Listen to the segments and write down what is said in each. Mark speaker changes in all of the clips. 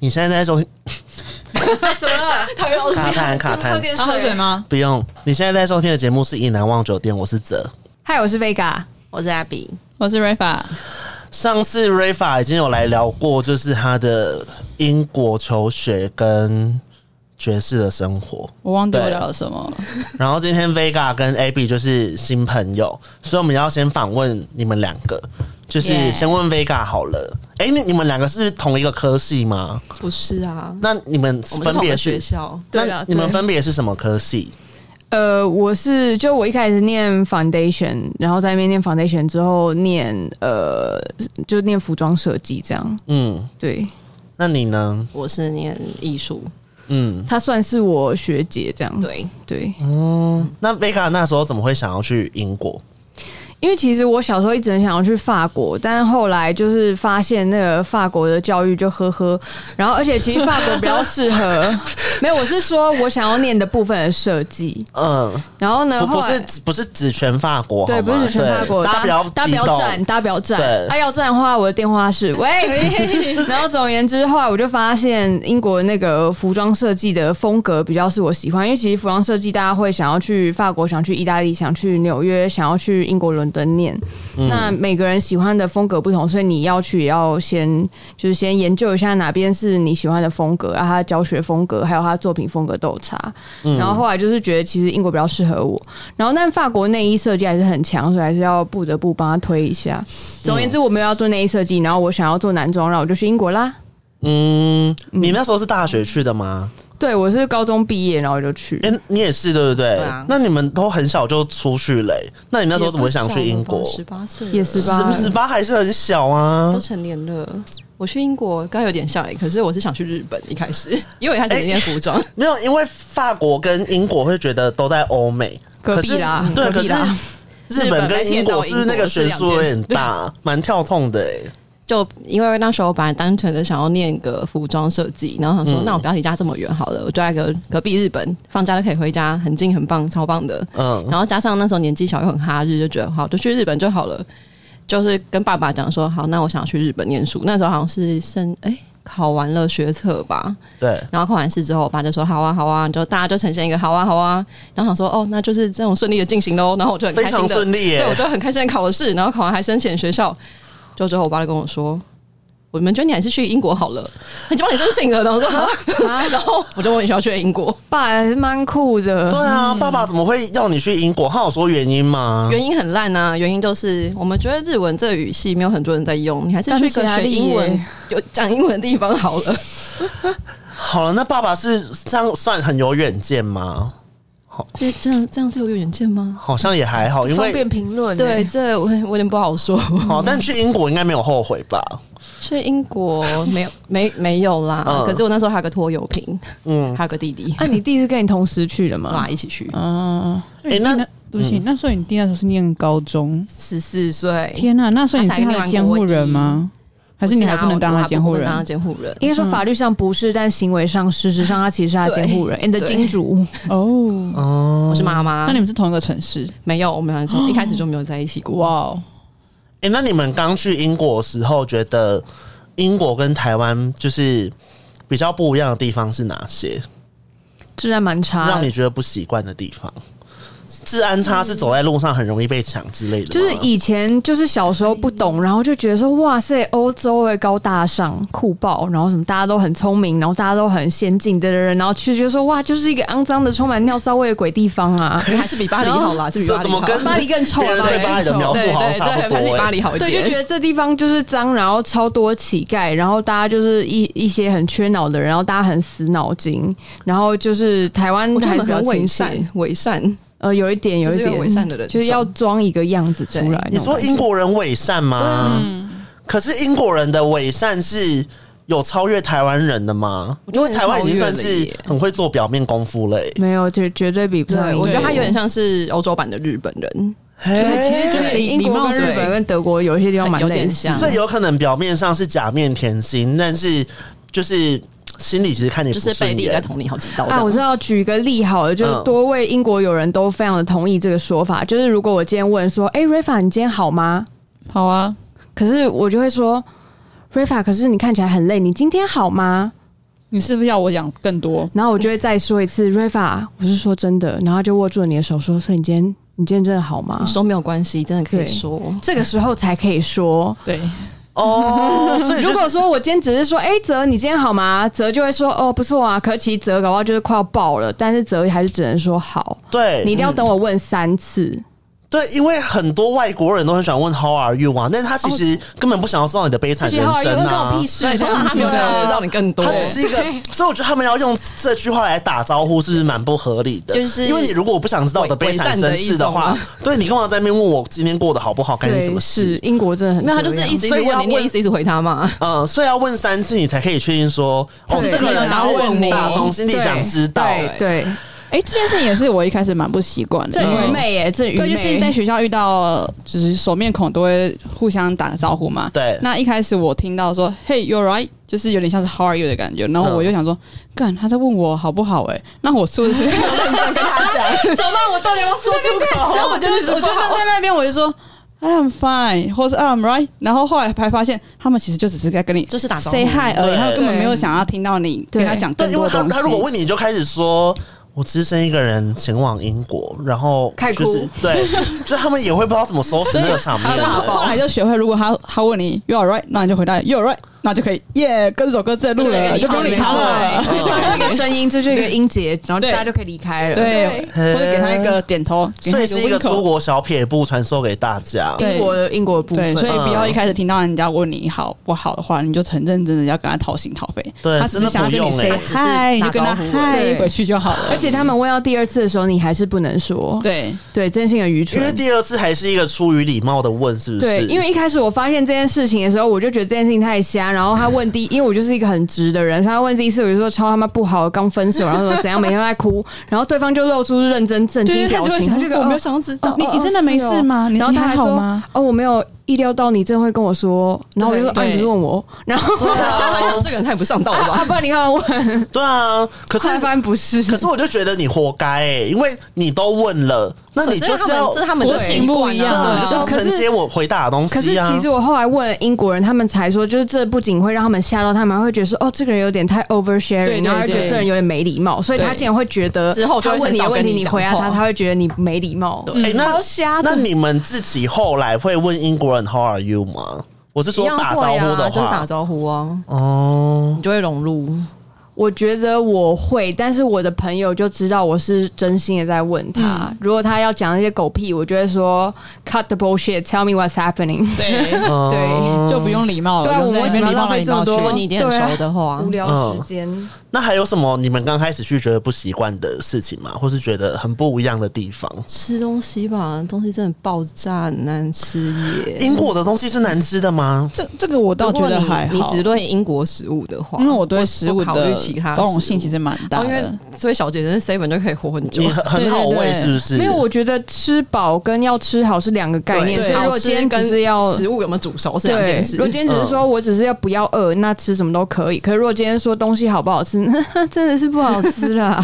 Speaker 1: 你现在在收听，
Speaker 2: 怎么了？
Speaker 3: 讨厌欧
Speaker 1: 卡痰卡
Speaker 4: 啊
Speaker 1: 痰
Speaker 3: 喝点
Speaker 2: 要喝水
Speaker 3: 水？
Speaker 2: 吗？
Speaker 1: 不用。你现在在收听的节目是《一难忘酒店》，我是泽。
Speaker 3: 嗨，我是 Vega，
Speaker 4: 我是阿比，
Speaker 2: 我是 Rafa，
Speaker 1: 上次 Rafa 已经有来聊过，就是他的英国求学跟爵士的生活。
Speaker 2: 我忘记我
Speaker 1: 对
Speaker 2: 聊了什么了。
Speaker 1: 然后今天 Vega 跟 Abby 就是新朋友，所以我们要先访问你们两个，就是
Speaker 2: Yeah
Speaker 1: 先问 Vega 好了。哎、那你们两个是同一个科系吗？
Speaker 4: 不是啊，
Speaker 1: 那你们
Speaker 4: 我们是
Speaker 1: 分
Speaker 4: 同
Speaker 1: 别
Speaker 4: 个
Speaker 1: 是
Speaker 4: 学？校，
Speaker 3: 对
Speaker 1: 那
Speaker 3: 啊
Speaker 1: 你们
Speaker 3: 对
Speaker 1: 分别是什么科系？
Speaker 3: 呃，我是就我一开始念 foundation，然后在那边念 foundation 之后念呃，就念服装设计这样。
Speaker 1: 嗯，
Speaker 3: 对，
Speaker 1: 那你呢？
Speaker 4: 我是念艺术，
Speaker 1: 嗯，
Speaker 3: 她算是我学姐这样。
Speaker 4: 对，
Speaker 3: 对，
Speaker 1: 那 Vega 那时候怎么会想要去英国？
Speaker 3: 因为其实我小时候一直很想要去法国，但是后来就是发现那个法国的教育就呵呵，然后而且其实法国比较适合，没有，我是说我想要念的部分的设计，
Speaker 1: 嗯，
Speaker 3: 然后呢，
Speaker 1: 不
Speaker 3: 呃后
Speaker 1: 不
Speaker 3: 来
Speaker 1: 是不是指全法国，
Speaker 3: 对，
Speaker 1: 好
Speaker 3: 不
Speaker 1: 吗
Speaker 3: 是全法国，
Speaker 1: 对大家不要
Speaker 3: 大家不要
Speaker 1: 激动
Speaker 3: 站，大家不要站
Speaker 1: 对，
Speaker 3: 他要站的话，我的电话是 喂。 然后总而言之，后来我就发现英国那个服装设计的风格比较是我喜欢，因为其实服装设计大家会想要去法国，想去意大利，想去纽约，想要去英国伦敦念。
Speaker 1: 嗯
Speaker 3: 那每个人喜欢的风格不同，所以你要去也要先就是先研究一下哪边是你喜欢的风格，然啊后他的教学风格还有他的作品风格都有差。
Speaker 1: 嗯
Speaker 3: 然后后来就是觉得其实英国比较适合我，然后但法国内衣设计还是很强，所以还是要不得不帮他推一下。总而言之，我没有要做内衣设计，然后我想要做男装，然后我就去英国啦。
Speaker 1: 嗯，你那时候是大学去的吗？
Speaker 3: 对，我是高中毕业，然后我就去。
Speaker 1: 哎、你也是对不对？
Speaker 4: 对啊
Speaker 1: 那你们都很小就出去嘞、那你那时候怎么会想去英国？
Speaker 4: 十八岁了
Speaker 3: 也是吧
Speaker 1: 十十八还是很小啊
Speaker 4: 都。成年了。我去英国刚刚有点像哎、可是我是想去日本一开始， 因为我一开始
Speaker 1: 哎
Speaker 4: 是念服装，
Speaker 1: 没有，因为法国跟英国会觉得都在欧美，
Speaker 3: 隔壁啦
Speaker 1: 可是对，
Speaker 3: 隔
Speaker 1: 可
Speaker 3: 壁
Speaker 1: 是
Speaker 3: 啦
Speaker 1: 日本跟英国是不是那个悬殊有点大，蛮跳痛的、欸？
Speaker 4: 就因为那时候本来单纯的想要念个服装设计，然后想说、
Speaker 1: 嗯
Speaker 4: 那我不要离家这么远好了，我就在隔隔壁日本，放假就可以回家，很近很棒，超棒的。
Speaker 1: 嗯，
Speaker 4: 然后加上那时候年纪小又很哈日，就觉得好就去日本就好了。就是跟爸爸讲说，好，那我想要去日本念书。那时候好像是升哎、考完了学测吧，
Speaker 1: 对，
Speaker 4: 然后考完试之后，我爸就说好啊好啊，就大家就呈现一个好啊好啊。然后想说哦，那就是这种顺利的进行喽。然后我就很
Speaker 1: 非
Speaker 4: 开心
Speaker 1: 常
Speaker 4: 的，
Speaker 1: 顺利耶、
Speaker 4: 对我就很开心的考了试，然后考完还申请学校。就之后我爸就跟我说。我们觉得你还是去英国好了， 他就帮你申请了。 然后我说，啊然后我就问你需要去英国，
Speaker 3: 爸还是蛮酷的。
Speaker 1: 对啊，爸爸怎么会要你去英国？他有说原因吗？
Speaker 4: 嗯原因很烂啊，原因就是我们觉得日文这个语系没有很多人在用，你还是去一个
Speaker 3: 但是匈
Speaker 4: 学
Speaker 3: 牙利
Speaker 4: 英文
Speaker 3: 耶、
Speaker 4: 有讲英文的地方好了。
Speaker 1: 好了，那爸爸是这样算很有远见吗？
Speaker 4: 这这样这样是有远见吗？
Speaker 1: 好像也还好，因
Speaker 3: 方
Speaker 1: 为
Speaker 3: 便评论欸、
Speaker 4: 对，这我我有点不好 说。
Speaker 1: 好，但去英国应该没有后悔吧？
Speaker 4: 去英国没有没没有啦，
Speaker 1: 嗯
Speaker 4: 可是我那时候还有个拖油瓶，
Speaker 1: 嗯，
Speaker 4: 还有个弟弟，
Speaker 3: 啊那、你弟是跟你同时去的吗？
Speaker 4: 我俩一起去，
Speaker 2: 嗯，
Speaker 1: 哎那
Speaker 2: 对不
Speaker 4: 嗯
Speaker 2: 起，那时候你弟那时候是念高中，
Speaker 4: 十四岁。
Speaker 2: 天呐，那时候你
Speaker 4: 他才
Speaker 2: 是他
Speaker 4: 念
Speaker 2: 的
Speaker 4: 完
Speaker 2: 监护
Speaker 4: 国一
Speaker 2: 人吗？还是你还
Speaker 4: 啊
Speaker 2: 不能当
Speaker 4: 我
Speaker 2: 他
Speaker 4: 还
Speaker 2: 的监护
Speaker 4: 不能
Speaker 2: 人
Speaker 4: 当？他监护人。
Speaker 3: 应该说法律上不是，但行为上、事实上，他其实是他的监护人，你的
Speaker 4: 对
Speaker 3: 金主。
Speaker 2: 哦，
Speaker 1: 哦，
Speaker 4: 我是妈妈
Speaker 2: 那，你们是同一个城市？
Speaker 4: 没有，我们 从一开始就没有在一起 过。。
Speaker 2: 哇哦，
Speaker 1: 哎、那你们刚去英国的时候，觉得英国跟台湾就是比较不一样的地方是哪些？
Speaker 3: 质量蛮差的，
Speaker 1: 让你觉得不习惯的地方？治安差是走在路上很容易被抢之类的吗，
Speaker 3: 就是以前就是小时候不懂，然后就觉得说哇塞，欧洲诶高大上酷爆，然后什么大家都很聪明，然后大家都很先进的人，然后去就说哇，就是一个肮脏的、充满尿骚味的鬼地方啊
Speaker 4: 还是比巴黎好啦，是比
Speaker 1: 这
Speaker 4: 巴黎
Speaker 1: 怎么
Speaker 4: 好。
Speaker 1: 跟
Speaker 3: 巴黎更臭
Speaker 1: 别人对巴黎的描述
Speaker 4: 对
Speaker 1: 好像
Speaker 4: 对
Speaker 1: 差
Speaker 4: 对，
Speaker 1: 不多、
Speaker 4: 还是比
Speaker 1: 欸
Speaker 4: 巴黎好一
Speaker 3: 对，就
Speaker 4: 点
Speaker 3: 觉。得这地方就是脏，然后超多乞丐，然后大家就是一一些很缺脑的人，然后大家很死脑筋，然后就是台湾
Speaker 4: 我觉得
Speaker 3: 还
Speaker 4: 他
Speaker 3: 比较
Speaker 4: 们很伪
Speaker 3: 亲切，
Speaker 4: 善，伪善，
Speaker 3: 呃，有一点，有
Speaker 4: 就
Speaker 3: 一
Speaker 4: 是一
Speaker 3: 点
Speaker 4: 个伪善的人种，
Speaker 3: 就是要装一个样子出
Speaker 4: 对
Speaker 3: 来。
Speaker 1: 你说英国人伪善吗？
Speaker 3: 啊
Speaker 1: 可是英国人的伪善是有超越台湾人的吗？
Speaker 4: 我觉
Speaker 1: 因
Speaker 4: 得
Speaker 1: 为台湾已经算
Speaker 4: 超越了
Speaker 1: 是
Speaker 4: 耶
Speaker 1: 很会做表面功夫欸嘞、
Speaker 3: 没有，绝绝对比不上英
Speaker 4: 对，
Speaker 3: 国。
Speaker 4: 我觉得他有点像是欧洲版的日本人，
Speaker 3: 其实就是
Speaker 4: 对
Speaker 3: 英国跟日本跟德国有一些地方蛮
Speaker 4: 有
Speaker 3: 类
Speaker 4: 点
Speaker 3: 似
Speaker 4: 像，
Speaker 1: 所以有可能表面上是假面甜心，但是就是心里其实看你不
Speaker 4: 就是背
Speaker 1: 顺
Speaker 4: 地在
Speaker 1: 眼，
Speaker 4: 捅你好几刀这
Speaker 3: 啊，
Speaker 4: 样。
Speaker 3: 我知道，举个例好了，就是
Speaker 1: 嗯
Speaker 3: 多位英国友人都非常的同意这个说法。就是如果我今天问说，哎、r a f a 你今天好吗？
Speaker 2: 好啊，
Speaker 3: 可是我就会说 r a f a 可是你看起来很累，你今天好吗？
Speaker 2: 你是不是要我讲更多？
Speaker 3: 然后我就会再说一次 r a f a 我是说真的。然后他就握住了你的手说，所以你今天你今天真的好吗
Speaker 4: 你？说没有关系，真的可以
Speaker 3: 对
Speaker 4: 说。
Speaker 3: 这个时候才可以说。
Speaker 2: 对，
Speaker 1: 哦，所以就
Speaker 3: 如
Speaker 1: 是
Speaker 3: 果说我今天只是说，哎、泽，你今天好吗？泽就会说，哦，不错啊。可是其实泽搞不好就是快要爆了，但是泽还是只能说好。你一
Speaker 1: 对
Speaker 3: 定要等我问三次。
Speaker 1: 对，因为很多外国人都很喜欢问 How are you 啊，但是他其
Speaker 3: 哦
Speaker 1: 实根本不想要知道你的悲惨
Speaker 3: 句
Speaker 1: 人
Speaker 3: 话
Speaker 1: 生
Speaker 3: 问关
Speaker 1: 啊
Speaker 3: 我屁。事，
Speaker 4: 对，通啊常他没有想要知道你更多
Speaker 1: 他，只是一个，所以我觉得他们要用这句话来打招呼，是不是蛮不合理的？
Speaker 4: 就是
Speaker 1: 因为你如果我不想知道我的悲惨身世的
Speaker 4: 伪伪
Speaker 1: 话
Speaker 4: 善的一，
Speaker 1: 对你干嘛在那边问我今天过得好不好，干你
Speaker 3: 对，
Speaker 1: 什么事
Speaker 3: 是？英国真的很
Speaker 4: 没有，他
Speaker 3: 这
Speaker 4: 就是
Speaker 3: 样
Speaker 4: 一直一
Speaker 1: 所
Speaker 4: 直
Speaker 1: 以要
Speaker 4: 问你，你也
Speaker 1: 问
Speaker 4: 一直一直回他嘛。
Speaker 1: 嗯，所以要问三次，你才可以确定说，哦，
Speaker 4: 对
Speaker 1: 这个人
Speaker 4: 想要问
Speaker 1: 是嗯
Speaker 4: 你
Speaker 1: 打从心底想知道。
Speaker 3: 对对，
Speaker 2: 哎、这件事情也是我一开始蛮不习惯的，
Speaker 3: 这
Speaker 2: 因
Speaker 3: 愚
Speaker 2: 为
Speaker 3: 昧耶，这愚昧，
Speaker 2: 对，就是在学校遇到就是熟面孔都会互相打个招呼嘛。
Speaker 1: 对
Speaker 2: 那一开始我听到说 “Hey, you're right”，就是有点像是 “How are you” 的感觉，然后我就想说，干、他在问我好不好、欸？哎，那我是不是？
Speaker 3: 怎么办？我到底要不要说出口？
Speaker 2: 然后我就我就愣在那边，我就说 “I'm fine” 或是 “I'm right”，然后后来才发现他们其实就只是在跟你
Speaker 4: 就是打招呼
Speaker 2: say hi 而
Speaker 1: 对
Speaker 2: 已，他们根本没有想要听到你
Speaker 3: 对
Speaker 2: 跟他讲
Speaker 1: 对，
Speaker 2: 更
Speaker 1: 因
Speaker 2: 多
Speaker 1: 为他
Speaker 2: 东
Speaker 1: 他如果
Speaker 2: 西。
Speaker 1: 问你，你就开始说。我只身一个人前往英国，然后
Speaker 3: 开
Speaker 1: 就
Speaker 3: 哭
Speaker 1: 是对，就是他们也会不知道怎么收拾那个 场面
Speaker 2: 然后后来就学会，如果他他问你 “You are right”，那你就回答 “You are right”，那就可以耶，跟这首歌在录了，就不用理他了。
Speaker 3: 这个声音就是一个音节，然后
Speaker 2: 对
Speaker 3: 大家就可以离开了。
Speaker 2: 对，或者给他一个点头，给
Speaker 1: 所
Speaker 2: 他
Speaker 1: 以
Speaker 2: 一个
Speaker 1: 是一个
Speaker 2: wink
Speaker 1: 出国小撇步，传授给大家。
Speaker 2: 对
Speaker 3: 英国的英国的部
Speaker 2: 对，
Speaker 3: 分，
Speaker 2: 所以不要
Speaker 1: 嗯
Speaker 2: 一开始听到人家问你好不好的话，你就很认真的要跟他掏心掏肺。
Speaker 1: 对
Speaker 2: 他只
Speaker 1: 真
Speaker 2: 是
Speaker 1: 的
Speaker 2: 想
Speaker 1: 不
Speaker 2: 要跟你
Speaker 1: 用欸
Speaker 2: say
Speaker 1: 只
Speaker 4: 是
Speaker 2: 嗨，你就跟他
Speaker 4: 打招呼
Speaker 3: 而已
Speaker 2: 嗨
Speaker 3: 对
Speaker 2: 回去就好了。
Speaker 3: 而且他们问到第二次的时候，你还是不能说。
Speaker 2: 对，
Speaker 3: 对，真心很
Speaker 1: 因
Speaker 3: 愚
Speaker 1: 为
Speaker 3: 蠢。
Speaker 1: 第二次还是一个出于礼貌的问，是不是？
Speaker 3: 对，因为一开始我发现这件事情的时候，我就觉得这件事情太瞎。然后他问 第，因为我就是一个很直的人，所以他问第一次我就说超他妈不好，刚分手，然后怎么怎样，每天都在哭，然后对方就露出认真震惊
Speaker 2: 对，他
Speaker 3: 表
Speaker 2: 就会
Speaker 3: 情，他
Speaker 2: 想
Speaker 3: 就
Speaker 2: 说，
Speaker 3: 个
Speaker 2: 我没有
Speaker 3: 哦
Speaker 2: 想要知
Speaker 3: 哦
Speaker 2: 道，你
Speaker 3: 哦
Speaker 2: 你真的
Speaker 3: 是
Speaker 2: 没事
Speaker 3: 哦
Speaker 2: 吗？你
Speaker 3: 然后
Speaker 2: 你
Speaker 3: 他
Speaker 2: 还
Speaker 3: 还
Speaker 2: 好
Speaker 3: 说
Speaker 2: 吗？
Speaker 3: 哦，我没有意料到你真的会跟我说，然后我就说啊，
Speaker 2: 对
Speaker 3: 你不是问我，然后
Speaker 4: 这个人太不上道了
Speaker 3: 啊，
Speaker 4: 吧？
Speaker 3: 不然你干嘛问？
Speaker 1: 对啊，可是
Speaker 3: 后来发现不是，
Speaker 1: 可是我就觉得你活该欸，因为你都问了，那你就是要
Speaker 4: 这是他们的
Speaker 2: 国情
Speaker 4: 习惯啊
Speaker 2: 不一样
Speaker 1: 对啊
Speaker 2: 啊
Speaker 1: 你就是要
Speaker 3: 可是
Speaker 1: 承接我回答的东
Speaker 3: 可是
Speaker 1: 西啊。
Speaker 3: 其实我后来问了英国人，他们才说，就是这不仅会让他们吓到，他们还会觉得说，哦，这个人有点太 oversharing，
Speaker 2: 对对
Speaker 3: 然后还觉得
Speaker 2: 对
Speaker 3: 这人有点没礼貌，所以他
Speaker 4: 对
Speaker 3: 竟然会觉得
Speaker 4: 之后就
Speaker 3: 他
Speaker 4: 会
Speaker 3: 问
Speaker 4: 很
Speaker 3: 你
Speaker 4: 少
Speaker 3: 的问
Speaker 4: 跟
Speaker 3: 题，
Speaker 4: 你
Speaker 3: 你
Speaker 4: 讲
Speaker 3: 回答他，
Speaker 4: 话
Speaker 3: 他会觉得你没礼貌，
Speaker 1: 哎那
Speaker 3: 超瞎
Speaker 1: 那
Speaker 3: 的。
Speaker 1: 你们自己后来会问英国人 How are you 吗？我是说
Speaker 4: 一样
Speaker 1: 打招
Speaker 4: 会
Speaker 1: 呼
Speaker 4: 啊，
Speaker 1: 的
Speaker 4: 就是打
Speaker 1: 话，
Speaker 4: 招呼啊，
Speaker 1: 哦
Speaker 4: 你就会融入。
Speaker 3: 我觉得我会，但是我的朋友就知道我是真心的在问他。
Speaker 4: 嗯
Speaker 3: 如果他要讲那些狗屁，我就会说 cut the bullshit，tell me what's happening。
Speaker 2: 对，
Speaker 1: 嗯
Speaker 2: 就不用礼貌了，
Speaker 3: 对啊
Speaker 2: 不用在
Speaker 3: 我为
Speaker 2: 那
Speaker 3: 什
Speaker 2: 边
Speaker 3: 么
Speaker 2: 礼
Speaker 3: 要
Speaker 2: 貌
Speaker 3: 浪
Speaker 2: 来
Speaker 3: 费
Speaker 2: 礼
Speaker 3: 这么
Speaker 2: 貌去
Speaker 3: 多
Speaker 4: 如。果你一定很熟的话
Speaker 3: 无，
Speaker 1: 嗯
Speaker 3: 聊时间，
Speaker 1: 那还有什么你们刚开始去觉得不习惯的事情吗？或是觉得很不一样的地方？
Speaker 4: 吃东西吧，东西真的爆炸难吃 耶。
Speaker 1: 英国的东西是难吃的吗？
Speaker 2: 这这个我倒觉得
Speaker 4: 如果
Speaker 2: 还
Speaker 4: 你你
Speaker 2: 好，
Speaker 4: 只论英国食物的话，
Speaker 2: 因为我对食物
Speaker 4: 不考虑
Speaker 2: 的
Speaker 4: 其他
Speaker 2: 包容性其
Speaker 4: 实
Speaker 2: 实蛮大
Speaker 4: 因为
Speaker 2: 的。
Speaker 4: 所以小姐真的 seven 就可以活很久
Speaker 1: 你。很很好
Speaker 2: 对对
Speaker 1: 味
Speaker 2: 对
Speaker 1: 是不是？
Speaker 3: 没有，我觉得吃饱跟要吃好是两个概念。所
Speaker 4: 对，
Speaker 3: 以如果今天
Speaker 4: 跟
Speaker 3: 只是要
Speaker 4: 食物有没有煮熟是两
Speaker 3: 对
Speaker 4: 件，事嗯
Speaker 3: 如。果今天只是说我只是要不要饿，那吃什么都可以。可是如果今天说东西好不好吃， 真的是不好吃 啦。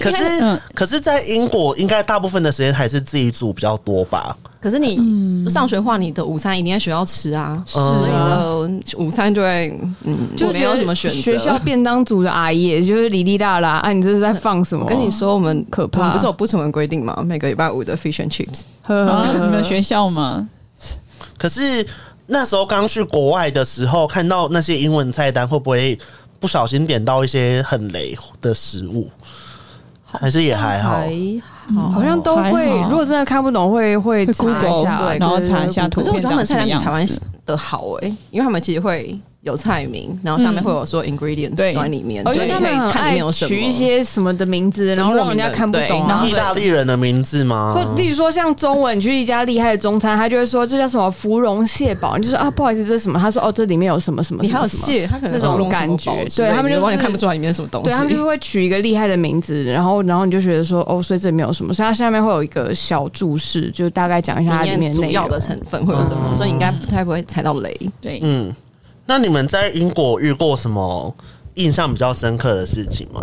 Speaker 1: 可是
Speaker 2: 嗯
Speaker 1: 可是在英国应该大部分的时间还是自己煮比较多吧？
Speaker 4: 可是
Speaker 3: 嗯
Speaker 4: 你上学的话，你的午餐一定在学校吃啊，
Speaker 1: 是啊
Speaker 4: 所以你的午餐就会嗯，
Speaker 3: 就
Speaker 4: 没有什么选
Speaker 3: 选
Speaker 4: 择。
Speaker 3: 学校便当组的阿姨，也就是哩哩啦啦，啊，你这是在放什么？
Speaker 4: 我跟你，说，我们
Speaker 3: 可怕
Speaker 4: 我们不是有不成文规定吗？每个礼拜五的 fish and chips，
Speaker 3: 呵呵
Speaker 2: 啊，
Speaker 3: 呵
Speaker 2: 你们学校吗？
Speaker 1: 可是那时候刚去国外的时候，看到那些英文菜单，会不会不小心点到一些很雷的食物？还是也还好
Speaker 4: 还好，
Speaker 3: 好像都会
Speaker 2: 还。好
Speaker 3: 如果真的看不懂，会会查一
Speaker 2: Google，
Speaker 3: 下，
Speaker 2: 对
Speaker 3: 对
Speaker 2: 然后查一下
Speaker 3: 对对
Speaker 2: 图
Speaker 4: 可是我
Speaker 2: 片
Speaker 4: 觉得他
Speaker 2: 长
Speaker 4: 们菜
Speaker 2: 什么
Speaker 4: 单比
Speaker 2: 样
Speaker 4: 台湾
Speaker 2: 子。
Speaker 4: 的好哎、因为他们其实会有菜名，然后上面会有说 ingredients
Speaker 2: 对
Speaker 4: 装在里面，
Speaker 3: 嗯而
Speaker 4: 所以
Speaker 3: 且
Speaker 4: 你
Speaker 3: 他
Speaker 4: 可以
Speaker 3: 们很
Speaker 4: 看里
Speaker 3: 爱
Speaker 4: 面有什么。
Speaker 3: 取一些什么的名字，然后让人家看不懂
Speaker 4: 对然
Speaker 3: 啊
Speaker 4: 后。
Speaker 1: 意大利人的名字吗？
Speaker 3: 或例如说像中文，你去一家厉害的中餐，他就会说这叫什么芙蓉蟹堡，你就说啊不好意思，这是什么？他说哦这里面有什么什么
Speaker 4: 你
Speaker 3: 什
Speaker 4: 还有
Speaker 3: 么什么。
Speaker 4: 蟹，它可能
Speaker 3: 那种
Speaker 4: 是乌龙
Speaker 3: 感
Speaker 4: 什么
Speaker 3: 觉
Speaker 4: 堡之类
Speaker 3: 对他们就
Speaker 4: 的
Speaker 3: 是
Speaker 4: 完全看不出来里面是什么东西。
Speaker 3: 对他们就是会取一个厉害的名字，然后然后你就觉得说哦，所以这里面有什么？所以它下面会有一个小注释，就大概讲一下它里
Speaker 4: 里面
Speaker 3: 面嗯
Speaker 4: 主
Speaker 3: 内
Speaker 4: 要
Speaker 3: 容
Speaker 4: 的。成分会有什么，所以你应该不太不会踩到雷。
Speaker 2: 对，
Speaker 1: 嗯，那你们在英国遇过什么印象比较深刻的事情吗？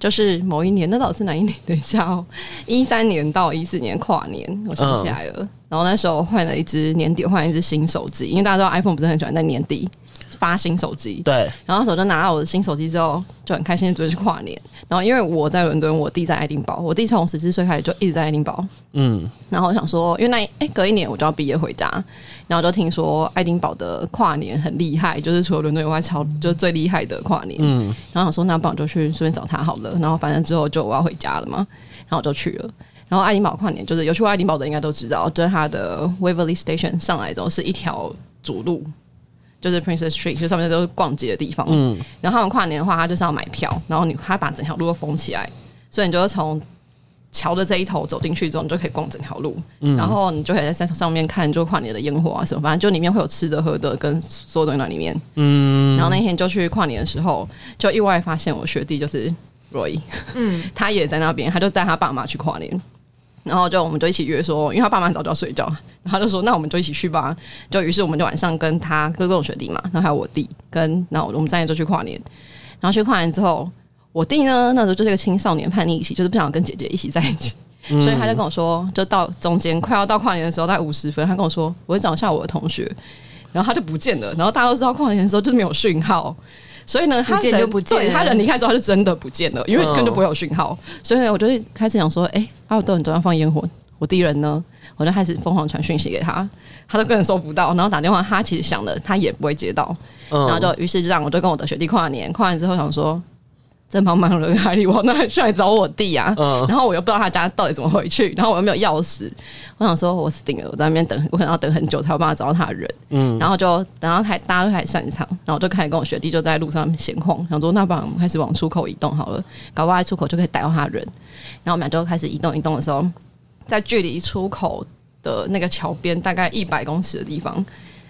Speaker 4: 就是某一年，那到底是哪一年？等一下哦，一三年到一四年跨年，我想起来了。
Speaker 3: 嗯
Speaker 4: 然后那时候换了一只年底换了一只新手机，因为大家知道 iPhone 不是很喜欢在年底发新手机。
Speaker 1: 对，
Speaker 4: 然后那时候就拿到我的新手机之后，就很开心，准备去跨年。然后因为我在伦敦，我弟在爱丁堡，我弟从十四岁开始就一直在爱丁堡。
Speaker 1: 嗯，
Speaker 4: 然后我想说，因为那一哎隔一年我就要毕业回家，然后就听说爱丁堡的跨年很厉害，就是除了伦敦以外超就是最厉害的跨年。
Speaker 1: 嗯，
Speaker 4: 然后想说那不然我就去顺便找他好了。然后反正之后就我要回家了嘛，然后我就去了。然后爱丁堡跨年就是有去过爱丁堡的应该都知道，就是它的 Waverly Station 上来之后是一条主路，就是 Princess Street，就上面都是逛街的地方。嗯，然后他们跨年的话，他就是要买票，然后你他把整条路都封起来，所以你就是从桥的这一头走进去之后，你就可以逛整条路，然后你就可以在山上面看就跨年的烟火啊什么，反正就里面会有吃的喝的跟所有东西在里面。嗯，然后那天就去跨年的时候，就意外发现我学弟就是 Roy，嗯， 他也在那边，他就带他爸妈去跨年。然后就我们就一起约说，因为他爸妈很早就要睡觉，然后他就说那我们就一起去吧。就于是我们就晚上跟他哥跟我学弟嘛，然后还有我弟跟，然后我们三人就去跨年。然后去跨年之后，我弟呢那时候就是个青少年叛逆期，就是不想跟姐姐一起在一起，所以他就跟我说，就到中间快要到跨年的时候，大概五十分，他跟我说我会找一下我的同学，然后他就不见了。然后大家都知道跨年的时候就是没有讯号。所以呢，他
Speaker 3: 不见就
Speaker 4: 人
Speaker 3: 不见
Speaker 4: 对他人离开之后，他就真的不见了，因为根本就不会有讯号。所以呢，我就开始想说，哎、还有都很中央放烟火，我敌人呢，我就开始疯狂传讯息给他，他都根本收不到，然后打电话，他其实想的他也不会接到，
Speaker 1: 嗯
Speaker 4: 然后就于是这样，我就跟我的学弟跨年，跨完之后想说，在茫茫人海里，我那还去来找我弟啊，
Speaker 1: 嗯
Speaker 4: 然后我又不知道他家到底怎么回去，然后我又没有钥匙，我想说我死定了，我在那边等，我可能要等很久才有办法找到他的人，
Speaker 1: 嗯
Speaker 4: 然后就等到开大家都开始散场，然后我就开始跟我学弟就在路上闲晃，想说那不然我们开始往出口移动好了，搞不好在出口就可以逮到他的人，然后我们俩就开始移动移动的时候，在距离出口的那个桥边大概一百公尺的地方，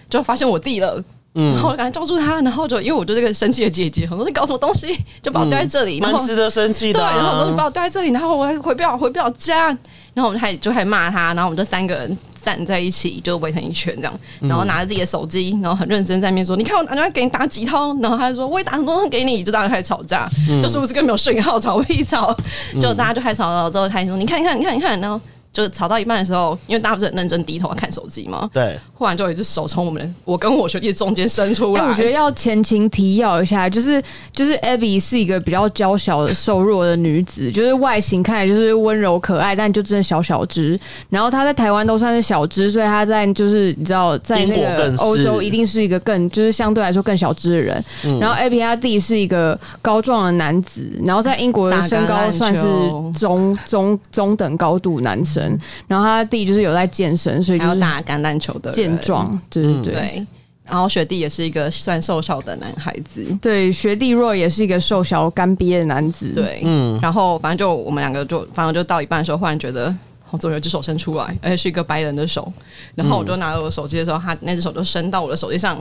Speaker 4: 就发现我弟了。然后我赶快叫住他，然后就因为我就是个生气的姐姐，我说你搞什么东西，就把我丢在这里，然后
Speaker 1: 嗯蛮值得生气
Speaker 4: 对，
Speaker 1: 的、啊。
Speaker 4: 然后我都是把我丢在这里，然后我还回不了回不了家，然后我们就开始就开始骂他，然后我们就三个人站在一起，就围成一圈这样，
Speaker 3: 嗯
Speaker 4: 然后拿着自己的手机，然后很认真在那边说：“你看我打电话给你打几通？”然后他就说：“我也打很多通给你。”就大家开始吵架，
Speaker 3: 嗯
Speaker 4: 就是不是跟没有讯号吵 屁吵，就大家就开始吵吵之后开始说：“你看你看你看你看。”然后就吵到一半的时候，因为大家不是很认真低头看手机吗？
Speaker 1: 对，
Speaker 4: 忽然就有一只手从我们的我跟我学弟中间伸出
Speaker 3: 哎、
Speaker 4: 来，
Speaker 3: 我觉得要前情提要一下，就是就是 Abby 是一个比较娇小的、瘦弱的女子，就是外形看起来就是温柔可爱，但就真的小小只。然后她在台湾都算是小只，所以她在就是你知道，在
Speaker 1: 英
Speaker 3: 那
Speaker 1: 国更是
Speaker 3: 个欧洲一定是一个更就是相对来说更小只的人。
Speaker 1: 嗯
Speaker 3: 然后 Abby 她弟是一个高壮的男子，然后在英国的身
Speaker 4: 打
Speaker 3: 高
Speaker 4: 橄榄球
Speaker 3: 算是中中中等高度男生。然后他弟就是有在健身，所以就
Speaker 4: 还有
Speaker 3: 是
Speaker 4: 打橄榄球的人
Speaker 3: 健壮，对对
Speaker 1: 嗯
Speaker 3: 对。
Speaker 4: 对，然后雪弟也是一个算瘦小的男孩子，
Speaker 3: 对，学弟若也是一个瘦小干瘪的男子。，
Speaker 4: 对，
Speaker 1: 嗯
Speaker 4: 然后反正就我们两个就反正就到一半的时候，忽然觉得。哦，总有一只手伸出来，而且是一个白人的手。然后我就拿了我的手机的时候，他那只手就伸到我的手机上，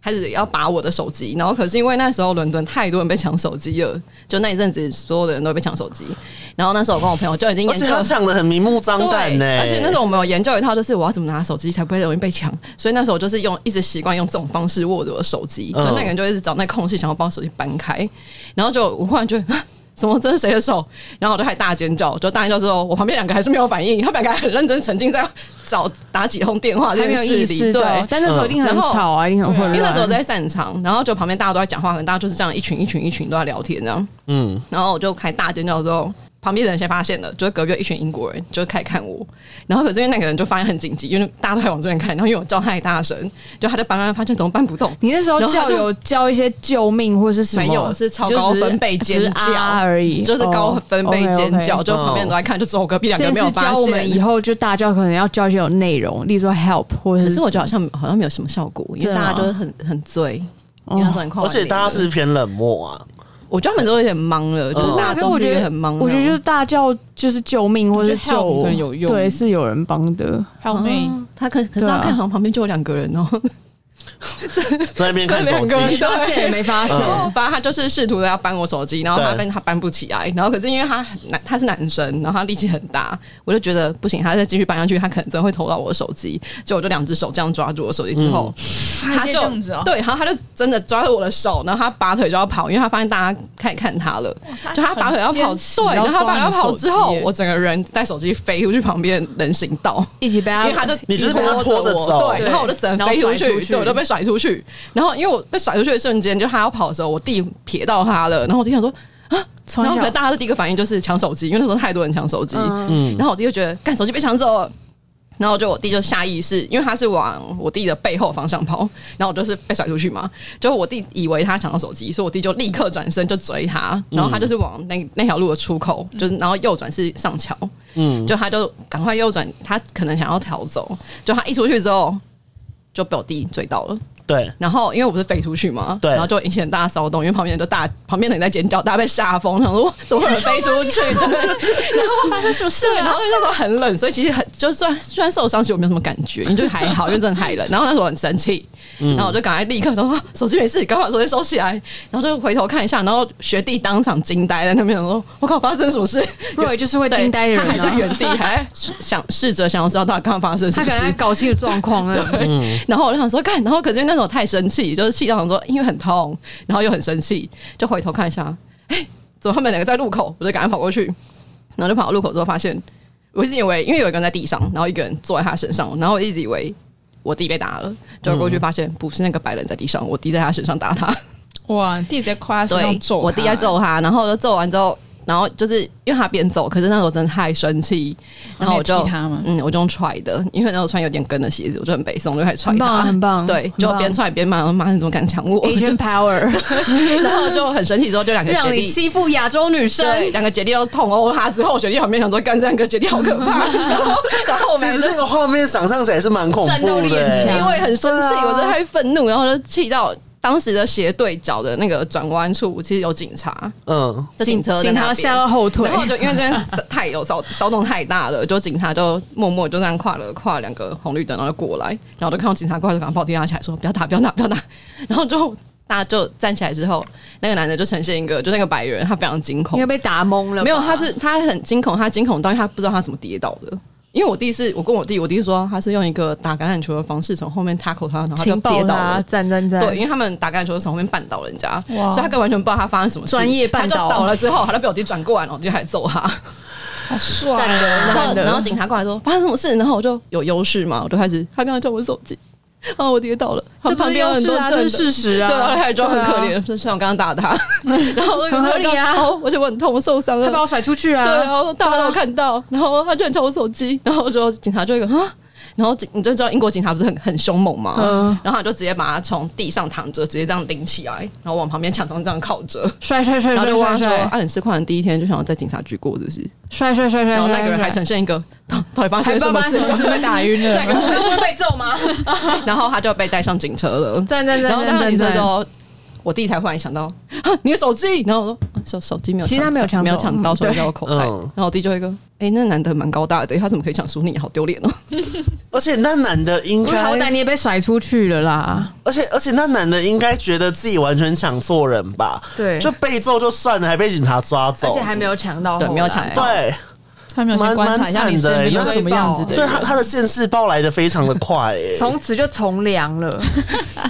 Speaker 4: 开始要拔我的手机。然后可是因为那时候伦敦太多人被抢手机了，就那一阵子所有的人都被抢手机。然后那时候我跟我朋友就已经
Speaker 1: 而
Speaker 4: 研
Speaker 1: 且
Speaker 4: 究
Speaker 1: 哦他抢的很明目张胆呢、
Speaker 4: 而且那时候我们有研究一套，就是我要怎么拿手机才不会容易被抢，所以那时候我就是用一直习惯用这种方式握着我的手机，
Speaker 1: 嗯
Speaker 4: 所以那个人就一直找那空隙想要帮手机搬开，然后就我忽然觉得。啊什么？这是谁的手？然后我就还大尖叫，就大尖叫之后，我旁边两个还是没有反应，他们两个还很认真沉浸在找打几通电话
Speaker 3: 还
Speaker 4: 这
Speaker 3: 没
Speaker 4: 件
Speaker 3: 有
Speaker 4: 事
Speaker 3: 意
Speaker 4: 里，
Speaker 3: 识
Speaker 4: 对，
Speaker 3: 到，但那时候一定很吵啊，一定很混乱。
Speaker 4: 因为那时候我在散场，然后就旁边大家都在讲话，可能大家就是这样一群一群一群都在聊天这样，
Speaker 1: 嗯，
Speaker 4: 然后我就开大尖叫之后，旁边的人先发现了，就是隔壁有一群英国人就开始看我，然后可是因为那个人就发现很紧急，因为大家都还往这边看，然后因为我叫太大声，就他就搬搬搬发现怎么搬不动，
Speaker 3: 你那时候
Speaker 4: 然后他
Speaker 3: 叫
Speaker 4: 就
Speaker 3: 有叫一些救命或是什么？
Speaker 4: 没有是超高分贝尖叫
Speaker 3: 就只是啊而已，
Speaker 4: 就是高分贝尖叫，
Speaker 3: 哦
Speaker 4: 就旁边人都在看，就只有我隔壁两
Speaker 3: ，OK，OK。
Speaker 4: 个
Speaker 3: 这
Speaker 4: 人没
Speaker 3: 件
Speaker 4: 有
Speaker 3: 事
Speaker 4: 发
Speaker 3: 教我们以
Speaker 4: 现。
Speaker 3: 后就大叫可能要教一些有内容，例如说 help 或者
Speaker 4: 可是我觉得好像好像没有什么效果，因为
Speaker 3: 真的吗
Speaker 4: 大家都很很醉，因为那时候很快
Speaker 1: 哦而
Speaker 4: 完
Speaker 1: 且
Speaker 4: 年了
Speaker 1: 大家是，嗯偏冷漠啊，
Speaker 4: 我觉得他们都有点懵了，就是大家
Speaker 3: 跟
Speaker 4: 都
Speaker 3: 哦我
Speaker 4: 是一
Speaker 3: 觉
Speaker 4: 个
Speaker 3: 得
Speaker 4: 很哦懵的。
Speaker 3: 我觉得就是大叫就是救命或者
Speaker 2: 我觉得 help
Speaker 3: 救我
Speaker 2: 可能有用
Speaker 4: 哦
Speaker 3: 对，是有人帮的。
Speaker 2: ，Help me！
Speaker 4: 啊他可可是
Speaker 3: 对
Speaker 4: 他
Speaker 3: 啊
Speaker 4: 看好像旁边就有两个人哦，
Speaker 1: 在那边 看手
Speaker 4: 这两
Speaker 3: 你
Speaker 1: 机嗯
Speaker 4: 个，
Speaker 3: 发现也没发现，
Speaker 4: 然啊后反正他就是试图的要搬我手机，然后他但他搬不起来，然后可是因为他很男他是男生，然后他力气很大，我就觉得不行，他再继续搬下去，他可能真的会偷到我的手机，就我就两只手这样抓住我手机之后，
Speaker 3: 嗯
Speaker 4: 他
Speaker 5: 这
Speaker 4: 就
Speaker 5: 样子哦，
Speaker 4: 对，然后他就真的抓着我的手，然后他拔腿就要跑，因为他发现大家太看他了，就他拔腿要跑，对，然后他拔腿要跑之后，我整个人带手机飞出去旁边人行道。
Speaker 3: 一起被
Speaker 4: 因
Speaker 3: 他
Speaker 4: 为他就
Speaker 1: 你就是被他
Speaker 4: 我
Speaker 1: 拖着走
Speaker 4: 对，然后我就整个飞出
Speaker 3: 然后甩出
Speaker 4: 去，
Speaker 3: 去
Speaker 4: 对，我就被甩出去。然后因为我被甩出去的瞬间，就他要跑的时候，我弟瞥到他了，然后我弟想说，
Speaker 3: 从
Speaker 4: 然后可
Speaker 3: 小
Speaker 4: 能大家的第一个反应就是抢手机，因为那时候太多人抢手机，
Speaker 1: 嗯，
Speaker 4: 然后我弟就觉得，干手机被抢走了。然后就我弟就下意识，因为他是往我弟的背后方向跑，然后我就是被甩出去嘛。就我弟以为他抢到手机，所以我弟就立刻转身就追他，然
Speaker 1: 嗯
Speaker 4: 后他就是往那那条路的出口，就是然后右转是上桥，
Speaker 1: 嗯，
Speaker 4: 就他就赶快右转，他可能想要逃走，就他一出去之后就被我弟追到了。
Speaker 1: 对，
Speaker 4: 然后因为我不是飞出去嘛，
Speaker 1: 对
Speaker 4: 然后就引起很大的骚动，因为旁边人就大，旁边的人在尖叫，大家被吓疯，想说哇怎么有人飞出去？对，然后发生什么
Speaker 3: 啊
Speaker 4: 事、然后因为那时候很冷，所以其实很就虽然虽然受伤，其实我没有什么感觉，因为就还好，因为真的太冷。然后那时候我很生气，然后我就赶快立刻说、啊、手机没事，赶快把手机收起来，然后就回头看一下，然后学弟当场惊呆在那边，想说我靠发生什么事？
Speaker 3: 若也就是会
Speaker 4: 对
Speaker 3: 惊呆的人
Speaker 4: 他还在
Speaker 3: 啊，
Speaker 4: 原地，还在想试着想要知道到底刚刚发生什
Speaker 3: 他
Speaker 4: 么
Speaker 3: 可能
Speaker 4: 事
Speaker 3: 在。搞清楚状况啊了。
Speaker 4: 然后我就想说，干，然后可是因为那时候我太生气，就是气到想说，因为很痛，然后又很生气，就回头看一下，哎，怎么他们两个在路口？我就赶快跑过去，然后就跑到路口之后发现，我一直以为因为有一个人在地上，然后一个人坐在他身上，然后我一直以为我弟被打了，就过去发现不是那个白人在地上，我弟在他身上打他。
Speaker 5: 哇，弟弟在夸身上
Speaker 4: 对，
Speaker 5: 揍
Speaker 4: 我弟在揍他，然后就揍完之后，然后就是因为他边揍，可是那时候真的太生气，然后我
Speaker 5: 你
Speaker 4: 就
Speaker 5: 有踢他吗
Speaker 4: 嗯，我就用踹的，因为那时候穿有点跟的鞋子，我就很北宋，就开始踹
Speaker 3: 很棒
Speaker 4: 他，
Speaker 3: 啊很棒
Speaker 4: 对
Speaker 3: 很，
Speaker 4: 就
Speaker 3: 棒
Speaker 4: 边踹边骂，妈你怎么敢抢我？
Speaker 3: Asian Power，
Speaker 4: 然后 就很生气，之后就两个姐
Speaker 3: 让你
Speaker 4: 弟。
Speaker 3: 欺负亚洲女生，
Speaker 4: 对，两个姐弟都痛殴他之后，我学弟旁边想说：“干，这两个姐弟好可怕。” 然后，然后我
Speaker 1: 其
Speaker 4: 们
Speaker 1: 实
Speaker 4: 就
Speaker 1: 这个画面想象起来是蛮恐
Speaker 4: 战斗
Speaker 1: 怖
Speaker 4: 力
Speaker 1: 的、
Speaker 4: 很强，
Speaker 1: 欸
Speaker 4: 因为很生气，
Speaker 1: 对啊
Speaker 4: 我真的太愤怒，然后就气到当时的斜对角的那个转弯处，其实有警察，
Speaker 1: 嗯，
Speaker 4: 就警车在
Speaker 3: 警
Speaker 4: 那
Speaker 3: 察
Speaker 4: 边
Speaker 3: 吓到后腿
Speaker 4: 然，后就因为这边太有骚骚动太大了，就警察就默默就这样跨了跨两个红绿灯，然后就过来，然后就看到警察过来，就赶快抱地拉起来说不要打，不要打，不要打。然后就大家就站起来之后，那个男的就呈现一个就那个白人，他非常惊
Speaker 3: 应
Speaker 4: 恐
Speaker 3: 该，被打懵了吧。
Speaker 4: 没有，他是他很惊恐，他惊恐到因为他不知道他怎么跌倒的。因为我弟是我跟我弟，我弟说他是用一个打橄榄球的方式从后面 tackle 他，然后他就
Speaker 3: 情
Speaker 4: 跌
Speaker 3: 报啊
Speaker 4: 倒
Speaker 3: 他
Speaker 4: 了。
Speaker 3: 赞赞赞，
Speaker 4: 对，因为他们打橄榄球是从后面绊倒人家，所以他根本完全不知道他发生什么事，
Speaker 3: 专业绊倒
Speaker 4: 他就倒了之后，他就被我弟转过来，然后我弟还揍他。
Speaker 5: 好帅
Speaker 3: 赞
Speaker 5: 哦，
Speaker 3: 的赞
Speaker 4: 然后
Speaker 3: 的，
Speaker 4: 然后警察过来说发生什么事，然后我就有优势嘛，我就开始他刚刚叫我手机，然后我跌倒了，他
Speaker 3: 这不
Speaker 4: 旁
Speaker 3: 是
Speaker 4: 边
Speaker 3: 优
Speaker 4: 有很
Speaker 3: 势
Speaker 4: 多
Speaker 3: 啊，
Speaker 4: 证
Speaker 3: 这
Speaker 4: 人
Speaker 3: 是事实啊，
Speaker 4: 对，然后他还装很可
Speaker 3: 对啊，
Speaker 4: 怜，就像我刚刚 打他，然后我就
Speaker 3: 很合理啊
Speaker 4: 然后哦而且我很痛，我受伤
Speaker 3: 他把
Speaker 4: 了，
Speaker 3: 我甩出去啊，
Speaker 4: 对，然后大家都有看到，然后他居然抢我手机，然后就警察就一个啊。然后警你就知道英国警察不是很很凶猛吗？
Speaker 3: 嗯
Speaker 4: 然后他就直接把他从地上躺着，直接这样拎起来，然后往旁边墙上这样靠着，
Speaker 3: 帅帅帅
Speaker 4: 然后
Speaker 3: 帅
Speaker 4: 就问他
Speaker 3: 帅
Speaker 4: 说：“
Speaker 3: 帅
Speaker 4: 啊，你是快人第一天就想要在警察局过是不是？”
Speaker 3: 帅帅帅帅，
Speaker 4: 然后那个人还呈现一个到到底发生了什么事，
Speaker 5: 被打晕了，
Speaker 3: 会被揍 吗？
Speaker 4: 然后他就被带上警车了。
Speaker 3: 赞赞赞，
Speaker 4: 然后带上
Speaker 3: 赞
Speaker 4: 警车
Speaker 3: 赞
Speaker 4: 之
Speaker 3: 赞。
Speaker 4: 后，我弟才忽然想到啊，你的手机。然后我说啊手手机没有抢
Speaker 3: 其
Speaker 4: 走，
Speaker 3: 实他没有抢走
Speaker 4: 没有抢到，
Speaker 3: 嗯
Speaker 4: 手机在我口袋。
Speaker 1: 嗯
Speaker 4: 然后我弟就一个，哎，那男的蛮高大的，他怎么可以抢输你？好丢脸哦！
Speaker 1: 而且那男的应
Speaker 3: 因为好歹
Speaker 1: 该，
Speaker 3: 你也被甩出去了啦，
Speaker 1: 而且而且那男的应该觉得自己完全抢错人吧？
Speaker 3: 对
Speaker 1: 就被揍就算了，还被警察抓
Speaker 3: 而
Speaker 1: 走，
Speaker 3: 且还没有抢到后来，
Speaker 4: 对没有抢到
Speaker 1: 对
Speaker 5: 他没有先观察一下你身边有什么样子的
Speaker 1: 对，他
Speaker 5: 人，
Speaker 1: 他的现世报来的非常的快、欸，
Speaker 3: 从此就从良 了，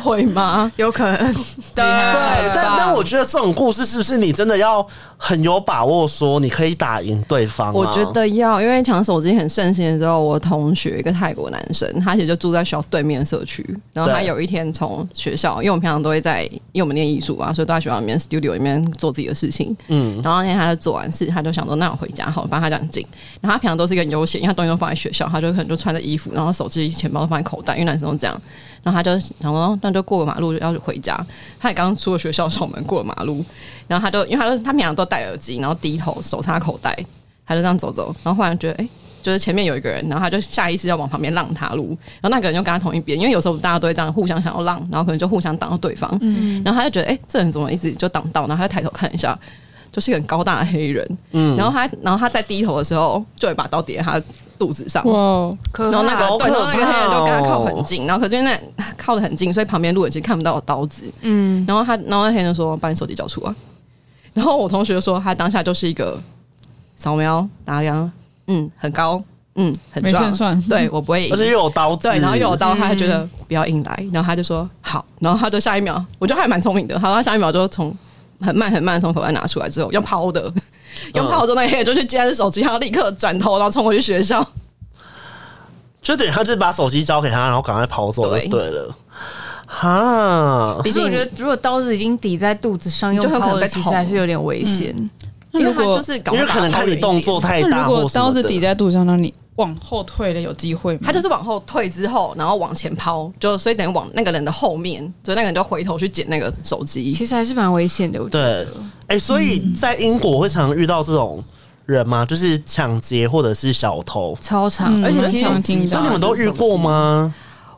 Speaker 4: 会吗？
Speaker 3: 有可 能。啊
Speaker 5: 害
Speaker 1: 对，但
Speaker 4: 吧
Speaker 1: 但我觉得这种故事是不是你真的要很有把握说你可以打赢对方、啊？
Speaker 4: 我觉得要，因为抢手机很盛行的时候，我同学一个泰国男生，他其实就住在学校对面的社区。然后他
Speaker 1: 对
Speaker 4: 有一天从学校，因为我们平常都会在，因为我们念艺术啊，所以都在学校里面 studio 里面做自己的事情。
Speaker 1: 嗯，
Speaker 4: 然后那天他就做完事，他就想说，那我回家好了，反正他这样近。然后他平常都是一个很悠闲，因为他东西都放在学校，他就可能就穿着衣服，然后手机、钱包都放在口袋，因为男生都这样。然后他就想说，那就过个马路就要回家。他也刚出了学校校门，过了马路，然后他就因为他就他平常都戴耳机，然后低头手插口袋，他就这样走走，然后忽然觉得，哎、就是前面有一个人，然后他就下意识要往旁边让他路，然后那个人就跟他同一边，因为有时候大家都会这样互相想要让，然后可能就互相挡到对方，嗯，然后他就觉得，哎、这人怎么一直就挡到，然后他就抬头看一下，就是一个很高大的黑人，嗯，然后他，然后他在低头的时候，就会把刀抵在他肚子上，
Speaker 2: 哇，哦
Speaker 3: 可啊
Speaker 4: 然后那
Speaker 3: 怕
Speaker 4: 个
Speaker 1: 好
Speaker 4: 对，然后那个
Speaker 1: 可
Speaker 4: 黑
Speaker 1: 怕
Speaker 4: 人
Speaker 1: 哦
Speaker 4: 都跟他靠很近，然后可是因为那靠得很近，所以旁边路人其实看不到我刀子。
Speaker 3: 嗯，
Speaker 4: 然后他，然后那黑人说：“把你手机交出来。”然后我同学说，他当下就是一个扫描打量，嗯，很高，嗯，很
Speaker 5: 没
Speaker 4: 壮
Speaker 5: 胜，算，
Speaker 4: 对我不会赢
Speaker 1: 而。且又有刀子，
Speaker 4: 对，然后又有刀，
Speaker 3: 嗯
Speaker 4: 他就觉得不要硬来，然后他就说好，然后他就下一秒，我觉得他还蛮聪明的，好，他下一秒就从很慢很慢地从口袋拿出来之后，用抛
Speaker 1: 嗯
Speaker 4: 的，用抛的那个黑人就去接他的手机，他立刻转头，然后冲回去学校。
Speaker 1: 就等于他就是把手机交给他，然后赶快跑走就
Speaker 4: 对
Speaker 1: 对了。哈，
Speaker 3: 毕竟我觉得如果刀子已经抵在肚子上，
Speaker 4: 你就
Speaker 3: 用
Speaker 4: 很可能
Speaker 3: 抛的
Speaker 4: 被
Speaker 3: 其实
Speaker 4: 捅
Speaker 3: 还是有点危险。
Speaker 2: 那
Speaker 4: 因为
Speaker 2: 如
Speaker 4: 他
Speaker 2: 果
Speaker 4: 就是搞
Speaker 1: 因为可能看你动作太
Speaker 2: 那
Speaker 1: 大，
Speaker 2: 如
Speaker 1: 或
Speaker 2: 果
Speaker 1: 什么
Speaker 2: 刀子
Speaker 1: 的
Speaker 2: 抵在肚上，那你往后退了有机会吗？
Speaker 4: 他就是往后退之后，然后往前抛，就所以等于往那个人的后面，所以那个人就回头去捡那个手机。
Speaker 3: 其实还是蛮危险的，我觉得。
Speaker 1: 对，哎、所以在英国会常遇到这种人吗？就是抢劫或者是小偷，
Speaker 3: 超长，
Speaker 2: 嗯
Speaker 3: 而且其
Speaker 2: 我
Speaker 3: 实
Speaker 2: 很想听
Speaker 1: 所
Speaker 2: 到
Speaker 1: 以你们都遇过吗？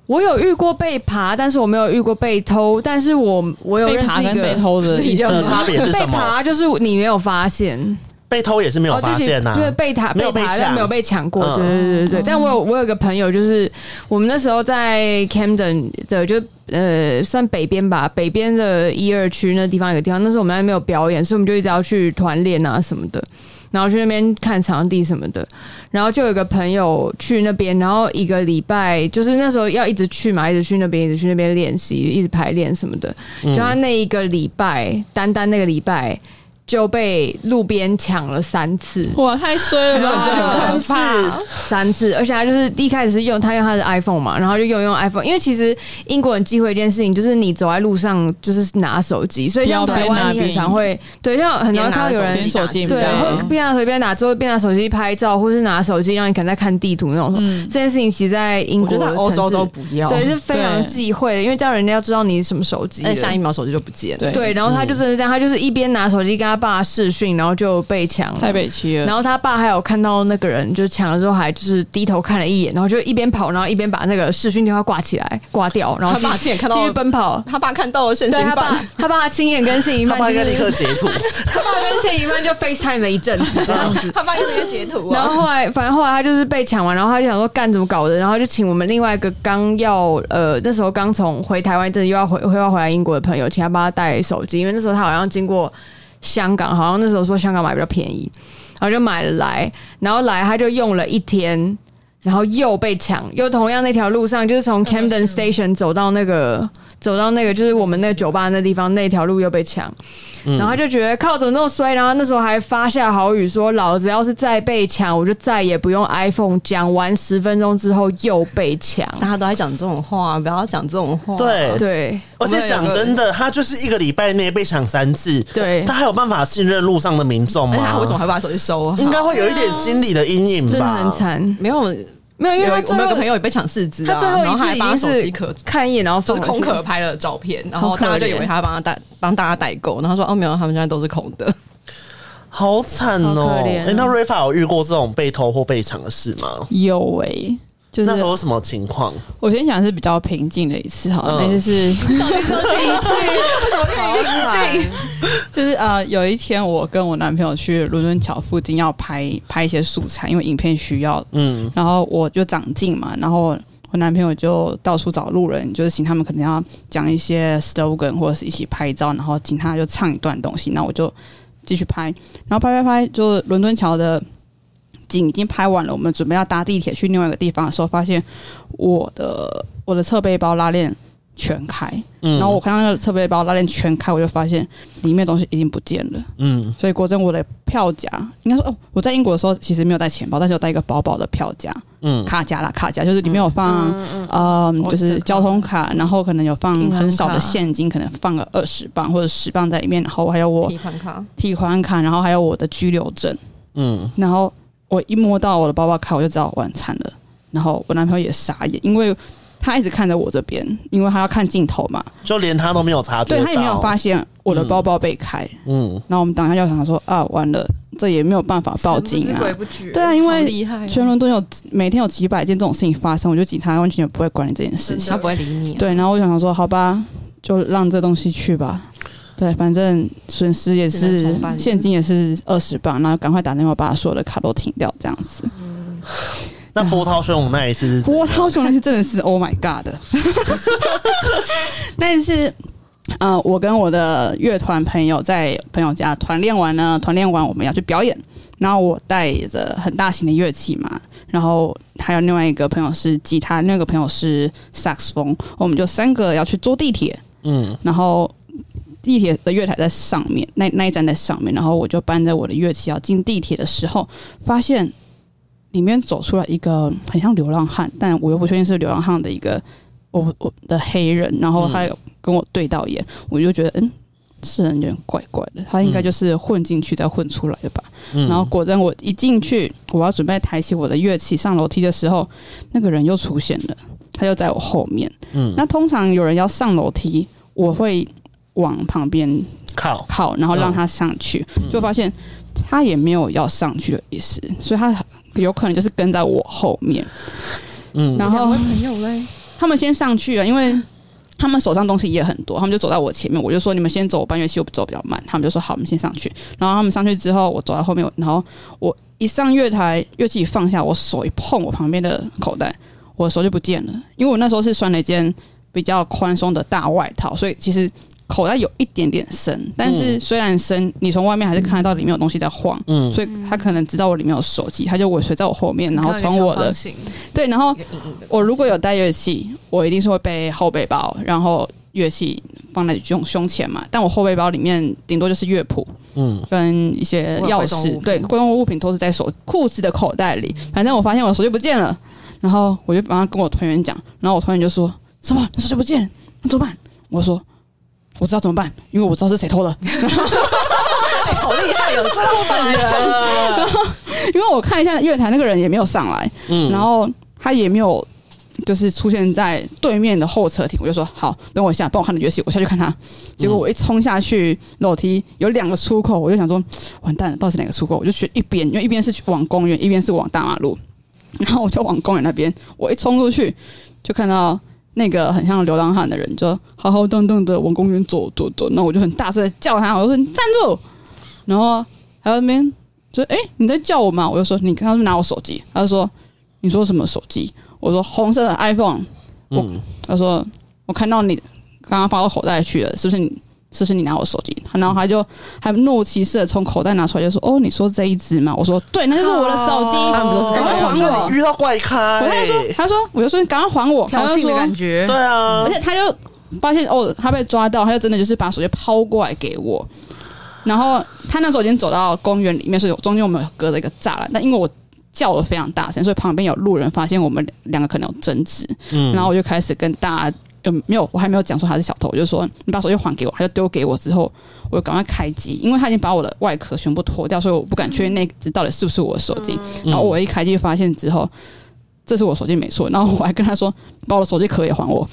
Speaker 3: 我有遇过被爬，但是我没有遇过被偷。但是我我有
Speaker 2: 被
Speaker 3: 认
Speaker 2: 爬
Speaker 3: 识一
Speaker 2: 跟
Speaker 3: 个
Speaker 2: 被偷的意思
Speaker 1: 的差
Speaker 2: 吗？
Speaker 1: 别是什
Speaker 3: 被
Speaker 1: 么？
Speaker 3: 爬，就是你没有发现，
Speaker 1: 被偷也是没有
Speaker 3: 哦
Speaker 1: 发
Speaker 3: 就是
Speaker 1: 现啊呐、
Speaker 3: 对，被爬
Speaker 1: 没有被
Speaker 3: 爬，
Speaker 1: 抢
Speaker 3: 但没有被抢过。
Speaker 1: 嗯
Speaker 3: 对对对对对。但我有我有个朋友，就是我们那时候在 Camden 的，就呃算北边吧，北边的一二区那地方有个地方，那时候我们还没有表演，所以我们就一直要去团练啊什么的。然后去那边看场地什么的，然后就有一个朋友去那边，然后一个礼拜就是那时候要一直去嘛，一直去那边，一直去那边练习，一直排练什么的。
Speaker 5: 嗯
Speaker 3: 就他那一个礼拜，单单那个礼拜就被路边抢了三次，
Speaker 5: 哇，太衰了吧，
Speaker 1: 三
Speaker 5: 很
Speaker 1: 次
Speaker 5: 怕。
Speaker 3: 三次，而且他就是一开始是用他用他的 iPhone 嘛，然后就用用 iPhone，因为其实英国人忌讳一件事情，就是你走在路上就是拿手机，所以像
Speaker 5: 不要
Speaker 3: 台
Speaker 5: 边拿
Speaker 3: 湾你很
Speaker 5: 边
Speaker 3: 常会对，像很常看到有人
Speaker 4: 边拿着
Speaker 5: 手机
Speaker 4: 打字
Speaker 3: 对，
Speaker 5: 对
Speaker 3: 会边拿手机边拿，之后边拿手机拍照，或是拿手机让你可能在看地图那种。
Speaker 5: 嗯
Speaker 3: 这件事情其实在英
Speaker 4: 我觉
Speaker 3: 国
Speaker 4: 得在欧洲都
Speaker 3: 城
Speaker 4: 不要。
Speaker 3: 市对是非常
Speaker 5: 对
Speaker 3: 忌讳的，因为这样人家要知道你什么手机了。
Speaker 4: 哎，下一秒手机就不见了。
Speaker 5: 对嗯
Speaker 3: 对，然后他就真的是这样，他就是一边拿手机跟他爸视讯，然后就被抢了
Speaker 5: 太。北齐了。
Speaker 3: 然后他爸还有看到那个人就抢了之后，还就是低头看了一眼，然后就一边跑，然后一边把那个视讯电话挂起来，挂掉，然后
Speaker 4: 他
Speaker 3: 继续
Speaker 4: 爸亲眼看到
Speaker 3: 继续奔跑。
Speaker 4: 他爸看到了现
Speaker 3: 对他
Speaker 4: 行
Speaker 3: 爸
Speaker 4: 版，，
Speaker 3: 他爸亲眼跟谢一
Speaker 1: 他
Speaker 3: 曼、
Speaker 1: 爸应
Speaker 3: 就
Speaker 1: 该立
Speaker 3: 是，
Speaker 1: 刻截图，
Speaker 3: 他爸跟谢一曼就 FaceTime 了一阵子，这样子。
Speaker 4: 他爸就是一个截图
Speaker 3: 然
Speaker 4: 啊。
Speaker 3: 后后来，反正后来他就是被抢完，然后他就想说干怎么搞的，然后就请我们另外一个刚要呃那时候刚从回台湾，真的又要回又要回来英国的朋友，请他帮他带手机，因为那时候他好像经过香港，好像那时候说香港买比较便宜，然后就买了来，然后来他就用了一天。然后又被抢，又同样那条路上，嗯就是从 Camden Station 走到那个走到那个就是我们那个酒吧那地方，那条路又被抢，然后他就觉得靠怎么那么衰，然后那时候还发下豪语说，老子要是再被抢，我就再也不用 iPhone。讲完十分钟之后又被抢，
Speaker 4: 大家都在讲这种话，不要讲这种话。
Speaker 3: 哎
Speaker 1: 对。
Speaker 3: 对
Speaker 1: 而且讲真的，他就是一个礼拜内被抢三次，
Speaker 3: 对
Speaker 1: 他还有办法信任路上的民众
Speaker 4: 而且哎他
Speaker 1: 吗
Speaker 4: 为什？么还把手机收啊？
Speaker 1: 应该会有一点心理的阴影吧。
Speaker 3: 真的很惨，
Speaker 4: 没有，
Speaker 3: 没有，因
Speaker 4: 有
Speaker 3: 为他
Speaker 4: 我
Speaker 3: 最
Speaker 4: 们有个
Speaker 3: 后
Speaker 4: 朋友也被抢四只
Speaker 3: 他
Speaker 4: 啊，
Speaker 3: 最后
Speaker 4: 然
Speaker 3: 一
Speaker 4: 后
Speaker 3: 次
Speaker 4: 还
Speaker 3: 已
Speaker 4: 把
Speaker 3: 经
Speaker 4: 手机
Speaker 3: 是
Speaker 4: 壳
Speaker 3: 看一眼，然后
Speaker 4: 就
Speaker 3: 放
Speaker 4: 是
Speaker 3: 回去
Speaker 4: 空壳，拍了照片，然
Speaker 3: 好
Speaker 4: 后
Speaker 3: 可
Speaker 4: 大家就以为
Speaker 3: 怜
Speaker 4: 他帮他代帮大家代购，然后他说哦没有，他们现在都是空 的。
Speaker 1: 好惨
Speaker 3: 好
Speaker 1: 哦！
Speaker 3: 可怜
Speaker 1: 哎、
Speaker 3: 哦
Speaker 1: 那瑞法有遇过这种被偷或被抢的事吗？
Speaker 2: 有诶、就
Speaker 1: 那时
Speaker 2: 是
Speaker 1: 候什么情况？
Speaker 2: 我先讲是比较平静的一次哈，
Speaker 1: 嗯
Speaker 2: 那就是
Speaker 3: 好惨
Speaker 2: 就是呃，有一天我跟我男朋友去伦敦桥附近要拍拍一些素材，因为影片需要，
Speaker 1: 嗯，
Speaker 2: 然后我就长进嘛，然后我男朋友就到处找路人，就是请他们可能要讲一些 slogan 或者是一起拍照，然后请他就唱一段东西，那我就继续拍，然后拍拍拍，就是伦敦桥的景已经拍完了，我们准备要搭地铁去另外一个地方的时候，发现我的我的侧背包拉链全开，
Speaker 1: 嗯
Speaker 2: 然后我看到那个侧背包拉链全开，我就发现里面东西已经不见了。
Speaker 1: 嗯，
Speaker 2: 所以果真我的票夹，应该说哦，我在英国的时候其实没有带钱包，但是有带一个薄薄的票夹，
Speaker 1: 嗯
Speaker 2: 卡夹啦，卡夹就是里面有放，嗯，就是交通卡，然后可能有放
Speaker 3: 银行
Speaker 2: 很少的
Speaker 3: 卡
Speaker 2: 现金，可能放个二十磅或者十磅在里面，然后还有我
Speaker 4: 提款卡，
Speaker 2: 提款卡，然后还有我的居留证，
Speaker 1: 嗯，
Speaker 2: 然后我一摸到我的包包卡，我就知道完惨了，然后我男朋友也傻眼，因为他一直看着我这边，因为他要看镜头嘛，
Speaker 1: 啊就连他都没有察觉，
Speaker 2: 对他也没有发，现我的包包被开，
Speaker 1: 嗯，
Speaker 2: 然后我们当下就想说啊，完了，这也没有办法报警啊。对啊，因
Speaker 4: 好
Speaker 2: 为
Speaker 4: 厉害哦，
Speaker 2: 全伦敦有每天有几百件这种事情发生，我觉得警察完全不会管你这件事情
Speaker 4: 他。不会理你啊。
Speaker 2: 对，然后我就想说，好吧，就让这东西去吧。对，反正损失也
Speaker 4: 只能
Speaker 2: 是
Speaker 4: 重办
Speaker 2: 现金也是二十磅，然后赶快打电话把所有的卡都停掉，这样子。
Speaker 1: 那波涛汹涌那一次是怎
Speaker 2: 波
Speaker 1: 样
Speaker 2: 涛汹涌那次真的是 Oh my God 的，那一次。呃，我跟我的乐团朋友在朋友家团练完呢，团练完我们要去表演，然后我带着很大型的乐器嘛，然后还有另外一个朋友是吉他，另外一个朋友是萨克斯风，我们就三个要去坐地铁，
Speaker 1: 嗯，
Speaker 2: 然后地铁的月台在上面，那那一站在上面，然后我就搬着我的乐器要进地铁的时候，发现里面走出来一个很像流浪汉，但我又不确定是流浪汉的一个我我的黑人，然后他有跟我对到眼，我就觉得嗯。是人有点怪怪的，他应该就是混进去再混出来的吧。
Speaker 1: 嗯
Speaker 2: 然后果真，我一进去，我要准备抬起我的乐器上楼梯的时候，那个人又出现了，他又在我后面。
Speaker 1: 嗯
Speaker 2: 那通常有人要上楼梯，我会往旁边
Speaker 1: 靠，
Speaker 2: 靠，然后让他上去，
Speaker 1: 嗯
Speaker 2: 就发现他也没有要上去的意思，所以他有可能就是跟在我后面。
Speaker 1: 嗯，
Speaker 2: 然
Speaker 4: 两
Speaker 2: 后
Speaker 4: 位朋友嘞，
Speaker 2: 他们先上去了，因为他们手上东西也很多，他们就走在我前面。我就说你们先走，我搬乐器，我走比较慢。他们就说好，我们先上去。然后他们上去之后，我走在后面，我然后我一上月台，乐器一放下，我手一碰我旁边的口袋，我的手就不见了。因为我那时候是穿了一件比较宽松的大外套，所以其实。口袋有一点点深，但是
Speaker 1: 嗯
Speaker 2: 虽然深，你从外面还是看得到里面有东西在晃，
Speaker 1: 嗯，
Speaker 2: 所以他可能知道我里面有手机，他就尾随在我后面， 然后
Speaker 3: 看到
Speaker 2: 从
Speaker 3: 你
Speaker 2: 我
Speaker 3: 小
Speaker 2: 的
Speaker 3: 方形
Speaker 2: 对，然后
Speaker 4: 一个硬硬的。
Speaker 2: 我如果有带乐器，我一定是会背后背包，然后乐器放在胸胸前嘛。但我后背包里面顶多就是乐谱
Speaker 1: 嗯，
Speaker 2: 跟一些钥
Speaker 4: 或者贵重物
Speaker 2: 匙，
Speaker 4: 品嗯
Speaker 2: 对，贵重物品都是在手裤子的口袋里。反正我发现我的手机不见了，然后我就马上跟我团员讲，然后我团员就说：“什么？你手机不见了？那怎么办？”我说：“我知道怎么办，因为我知道是谁偷的。”
Speaker 4: 好厉害，有 这么本人，
Speaker 2: 因为我看一下乐坛那个人也没有上来，
Speaker 1: 嗯
Speaker 2: 然后他也没有就是出现在对面的候车亭，我就说好，等我一下，帮我看你乐器，我下去看他。结果我一冲下去楼梯，有两个出口，我就想说完蛋了，到底是哪个出口？我就选一边，因为一边是去往公园，一边是往大马路，然后我就往公园那边，我一冲出去就看到。那个很像流浪汉的人，就浩浩荡荡的往公园走走走，那我就很大声的叫他，我就说你站住，然后还有那边就哎、你在叫我吗？我就说你刚刚是不是拿我手机，他就说你说什么手机？我说红色的 iPhone，
Speaker 1: 嗯
Speaker 2: 他说我看到你刚刚放到口袋去了，是不是你？是不是你拿我手机？然后他就还若无其事的从口袋拿出来，就说：“哦，你说这一只吗？”我说：“对，那就是我的手机，
Speaker 3: 哦
Speaker 4: 他们都是
Speaker 2: 赶
Speaker 1: 哎
Speaker 2: 快
Speaker 1: 我觉
Speaker 2: 还
Speaker 1: 得
Speaker 2: 我
Speaker 1: 你！”遇到怪咖，
Speaker 2: 我跟
Speaker 1: 哎
Speaker 2: 他说：“他说，我就说你赶快还我。”
Speaker 3: 挑
Speaker 2: 他就
Speaker 3: 衅的
Speaker 2: 说
Speaker 3: 感觉
Speaker 1: 对，啊
Speaker 2: 而，且他就发现哦，他被抓到，他就真的就是把手机抛过来给我。然后他那时候已经走到公园里面，所以中间我们有隔了一个栅栏。但因为我叫的非常大声，所以旁边有路人发现我们两个可能有争执，
Speaker 1: 嗯
Speaker 2: 然后我就开始跟大家。嗯，没有，我还没有讲说他是小偷，我就说你把手机还给我，他就丢给我之后，我就赶快开机，因为他已经把我的外壳全部脱掉，所以我不敢确定那只到底是不是我的手机。然后我一开机发现之后，这是我手机没错，然后我还跟他说把我的手机壳也还我，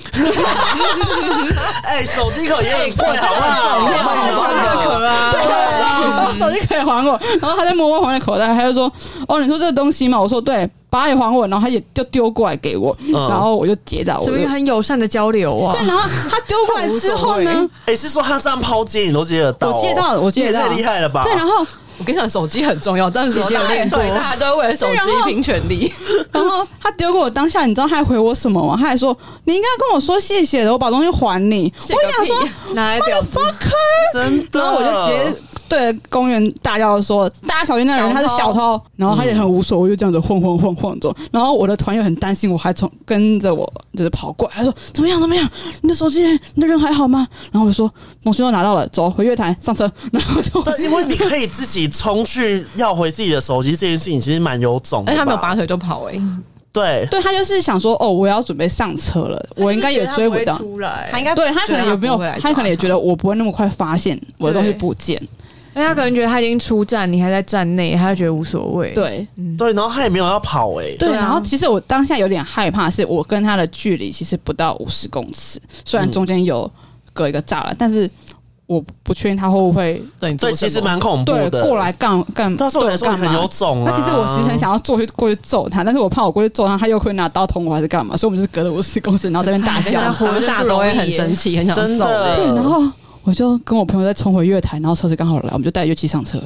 Speaker 1: 哎，手机壳也很贵，好不
Speaker 3: 啊
Speaker 1: 好？卖
Speaker 3: 小
Speaker 1: 多少
Speaker 3: 可啊，
Speaker 2: 对我手机可以还我。然后他在摸摸我的口袋，他就说：“哦，你说这个东西吗？”我说：“对，把它也还我。”然后他也就丢过来给我，
Speaker 1: 嗯
Speaker 2: 然后我就结账。我
Speaker 3: 是
Speaker 2: 就
Speaker 3: 不是
Speaker 2: 对，
Speaker 3: 很友善的交流啊？
Speaker 2: 然后他丢过来之后
Speaker 4: 无所
Speaker 2: 呢，
Speaker 1: 哎，是说他这样抛接你都接得到哦？
Speaker 2: 我接到了我接得到
Speaker 1: 你也太厉害了吧？
Speaker 2: 对，然 后
Speaker 4: 我跟你讲，手机很重要，但是大家对大家都为了手
Speaker 2: 对然后
Speaker 4: 机拼全 力，
Speaker 2: 然后他丢给我当下，你知道他还回我什么吗？他还说：“你应该跟我说谢谢的，我把东西还你。”
Speaker 4: 谢个
Speaker 2: 我想说
Speaker 4: 屁
Speaker 3: 拿来表
Speaker 1: 真的，
Speaker 2: 然后我就直接对着公园大叫说：“大家小心那个
Speaker 3: 小
Speaker 2: 人，他
Speaker 3: 偷
Speaker 2: 是小偷。”然后他也很无所谓，就这样子晃晃晃晃走。然后我的团友很担心，我还从跟着我就是跑过来，他说：“怎么样？怎么样？你的手机，你的人还好吗？”然后我就说：“东西都拿到了，走回月台上车。”然 后就
Speaker 1: 但因为你可以自己冲去要回自己的手机这件事情，其实蛮有种的吧。
Speaker 4: 而且哎他没有拔腿就跑，哎，
Speaker 1: 对，
Speaker 2: 对他就是想说：“哦，我要准备上车了，我应该也追不到。”
Speaker 3: 出来，
Speaker 4: 他应该
Speaker 2: 对他可能也没有
Speaker 4: 觉得他，不会来抓
Speaker 2: 他可能也觉得我不会那么快发现我的东西
Speaker 3: 对
Speaker 2: 不见。
Speaker 3: 因为他可能觉得他已经出站，你还在站内，他就觉得无所谓。，嗯
Speaker 2: 对，
Speaker 1: 对，然后他也没有要跑哎、欸，
Speaker 2: 对，
Speaker 4: 对啊
Speaker 2: 然后其实我当下有点害怕，是我跟他的距离其实不到五十公尺，虽然中间有隔一个栅栏，但是我不确定他会不会
Speaker 4: 对，你
Speaker 1: 所
Speaker 4: 做
Speaker 1: 以其实
Speaker 4: 什么
Speaker 1: 蛮恐怖
Speaker 2: 对
Speaker 1: 的。
Speaker 2: 过来，干干
Speaker 1: 但是
Speaker 2: 对
Speaker 1: 我
Speaker 2: 我
Speaker 1: 来说
Speaker 2: 干
Speaker 1: 你很有
Speaker 2: 嘛。
Speaker 1: 种啊。
Speaker 2: 那其实我其实很想要坐去过去揍他，但是我怕我过去揍他，他又会拿刀捅我还是干嘛，所以我们就是隔了五十公尺，然后在那边大
Speaker 4: 大
Speaker 2: 叫
Speaker 4: 家。
Speaker 3: 活
Speaker 4: 当
Speaker 3: 着
Speaker 4: 下
Speaker 3: 不容易
Speaker 4: 都会很生气，很想
Speaker 1: 真
Speaker 4: 揍人。
Speaker 1: 的
Speaker 2: 啊对，，啊然后我就跟我朋友再冲回月台，然后车子刚好来，我们就带乐器上车。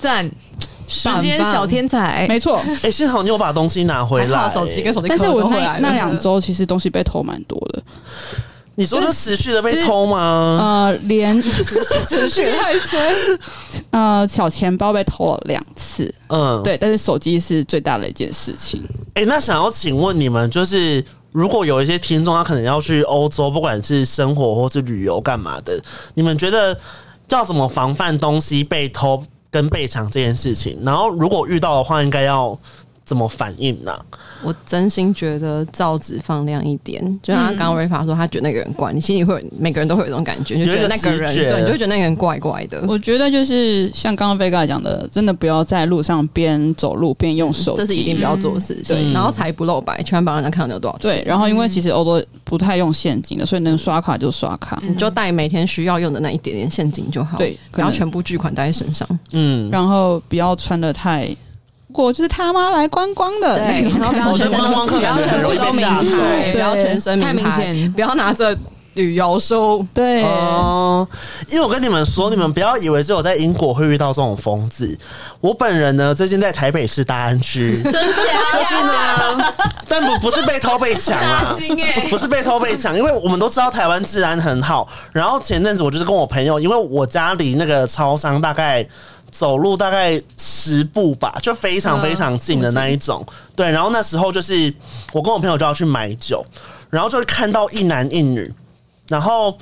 Speaker 3: 赞，时间小天才，
Speaker 2: 没错。
Speaker 1: 哎、幸好你有把东西拿回
Speaker 4: 还
Speaker 1: 来。
Speaker 4: 好手机跟手机
Speaker 2: 但
Speaker 4: 壳
Speaker 2: 是
Speaker 4: 都
Speaker 2: 我
Speaker 4: 回
Speaker 2: 那
Speaker 4: 来
Speaker 2: 那
Speaker 4: 了
Speaker 2: 两周其实东西被偷蛮多的，
Speaker 1: 你说就持续的
Speaker 2: 就
Speaker 1: 被
Speaker 2: 是
Speaker 1: 偷吗？
Speaker 2: 呃，连
Speaker 4: 持续太 深，
Speaker 2: 呃小钱包被偷了两次，
Speaker 1: 嗯，。
Speaker 2: 对，但是手机是最大的一件事情。
Speaker 1: 哎、那想要请问你们，就是如果有一些听众他可能要去欧洲，不管是生活或是旅游干嘛的，你们觉得要怎么防范东西被偷跟被抢这件事情？然后如果遇到的话，应该要怎么反应呢、
Speaker 4: 我真心觉得造纸放亮一点，就像刚刚瑞法说，他觉得那个人怪，你心里会有每个人都会有一种感觉，就觉得那个
Speaker 1: 有一个
Speaker 4: 人
Speaker 1: 直觉
Speaker 4: 对，你就会觉得那个人怪怪的。
Speaker 2: 我觉得就是像刚刚贝嘎讲的，真的不要在路上边走路边用手
Speaker 4: 嗯这是一定
Speaker 2: 机
Speaker 4: 不。要做的事
Speaker 1: 嗯
Speaker 4: 情，
Speaker 1: 对
Speaker 4: 然后财不露白，千万不要让人家看到你有多少钱。
Speaker 2: 对，然后因为其实欧洲不太用现金的，所以能刷卡就刷卡。
Speaker 4: 你就带每天需要用的那一点点现金嗯就好，
Speaker 2: 对
Speaker 4: 不
Speaker 2: 可
Speaker 4: 要
Speaker 2: 能
Speaker 4: 全部巨款带在身上。
Speaker 1: 嗯，
Speaker 2: 然后不要穿的太，我就是他妈来观光的那种
Speaker 4: 然后不
Speaker 1: 我
Speaker 4: 要
Speaker 1: 觉
Speaker 4: 全
Speaker 1: 得
Speaker 4: 部
Speaker 1: 观光客
Speaker 4: 不要
Speaker 1: 感觉很
Speaker 4: 全
Speaker 1: 容
Speaker 4: 部
Speaker 1: 易
Speaker 4: 都
Speaker 1: 被
Speaker 4: 名
Speaker 1: 吓走。
Speaker 4: 牌，不要全身名
Speaker 3: 太明
Speaker 4: 牌，
Speaker 3: 显
Speaker 4: 不要拿着旅游书。
Speaker 2: 对，
Speaker 1: 哦，因为我跟你们说，你们不要以为只有在英国会遇到这种疯子。我本人呢，最近在台北市大安区， 就是呢，但不不是被偷被抢啊啦，
Speaker 3: 欸
Speaker 1: 不是被偷被抢，因为我们都知道台湾治安很好。然后前阵子我就是跟我朋友，因为我家离那个超商大概走路大概十步吧，就非常非常近的那一种。对，然后那时候就是我跟我朋友就要去买酒，然后就是看到一男一女，然后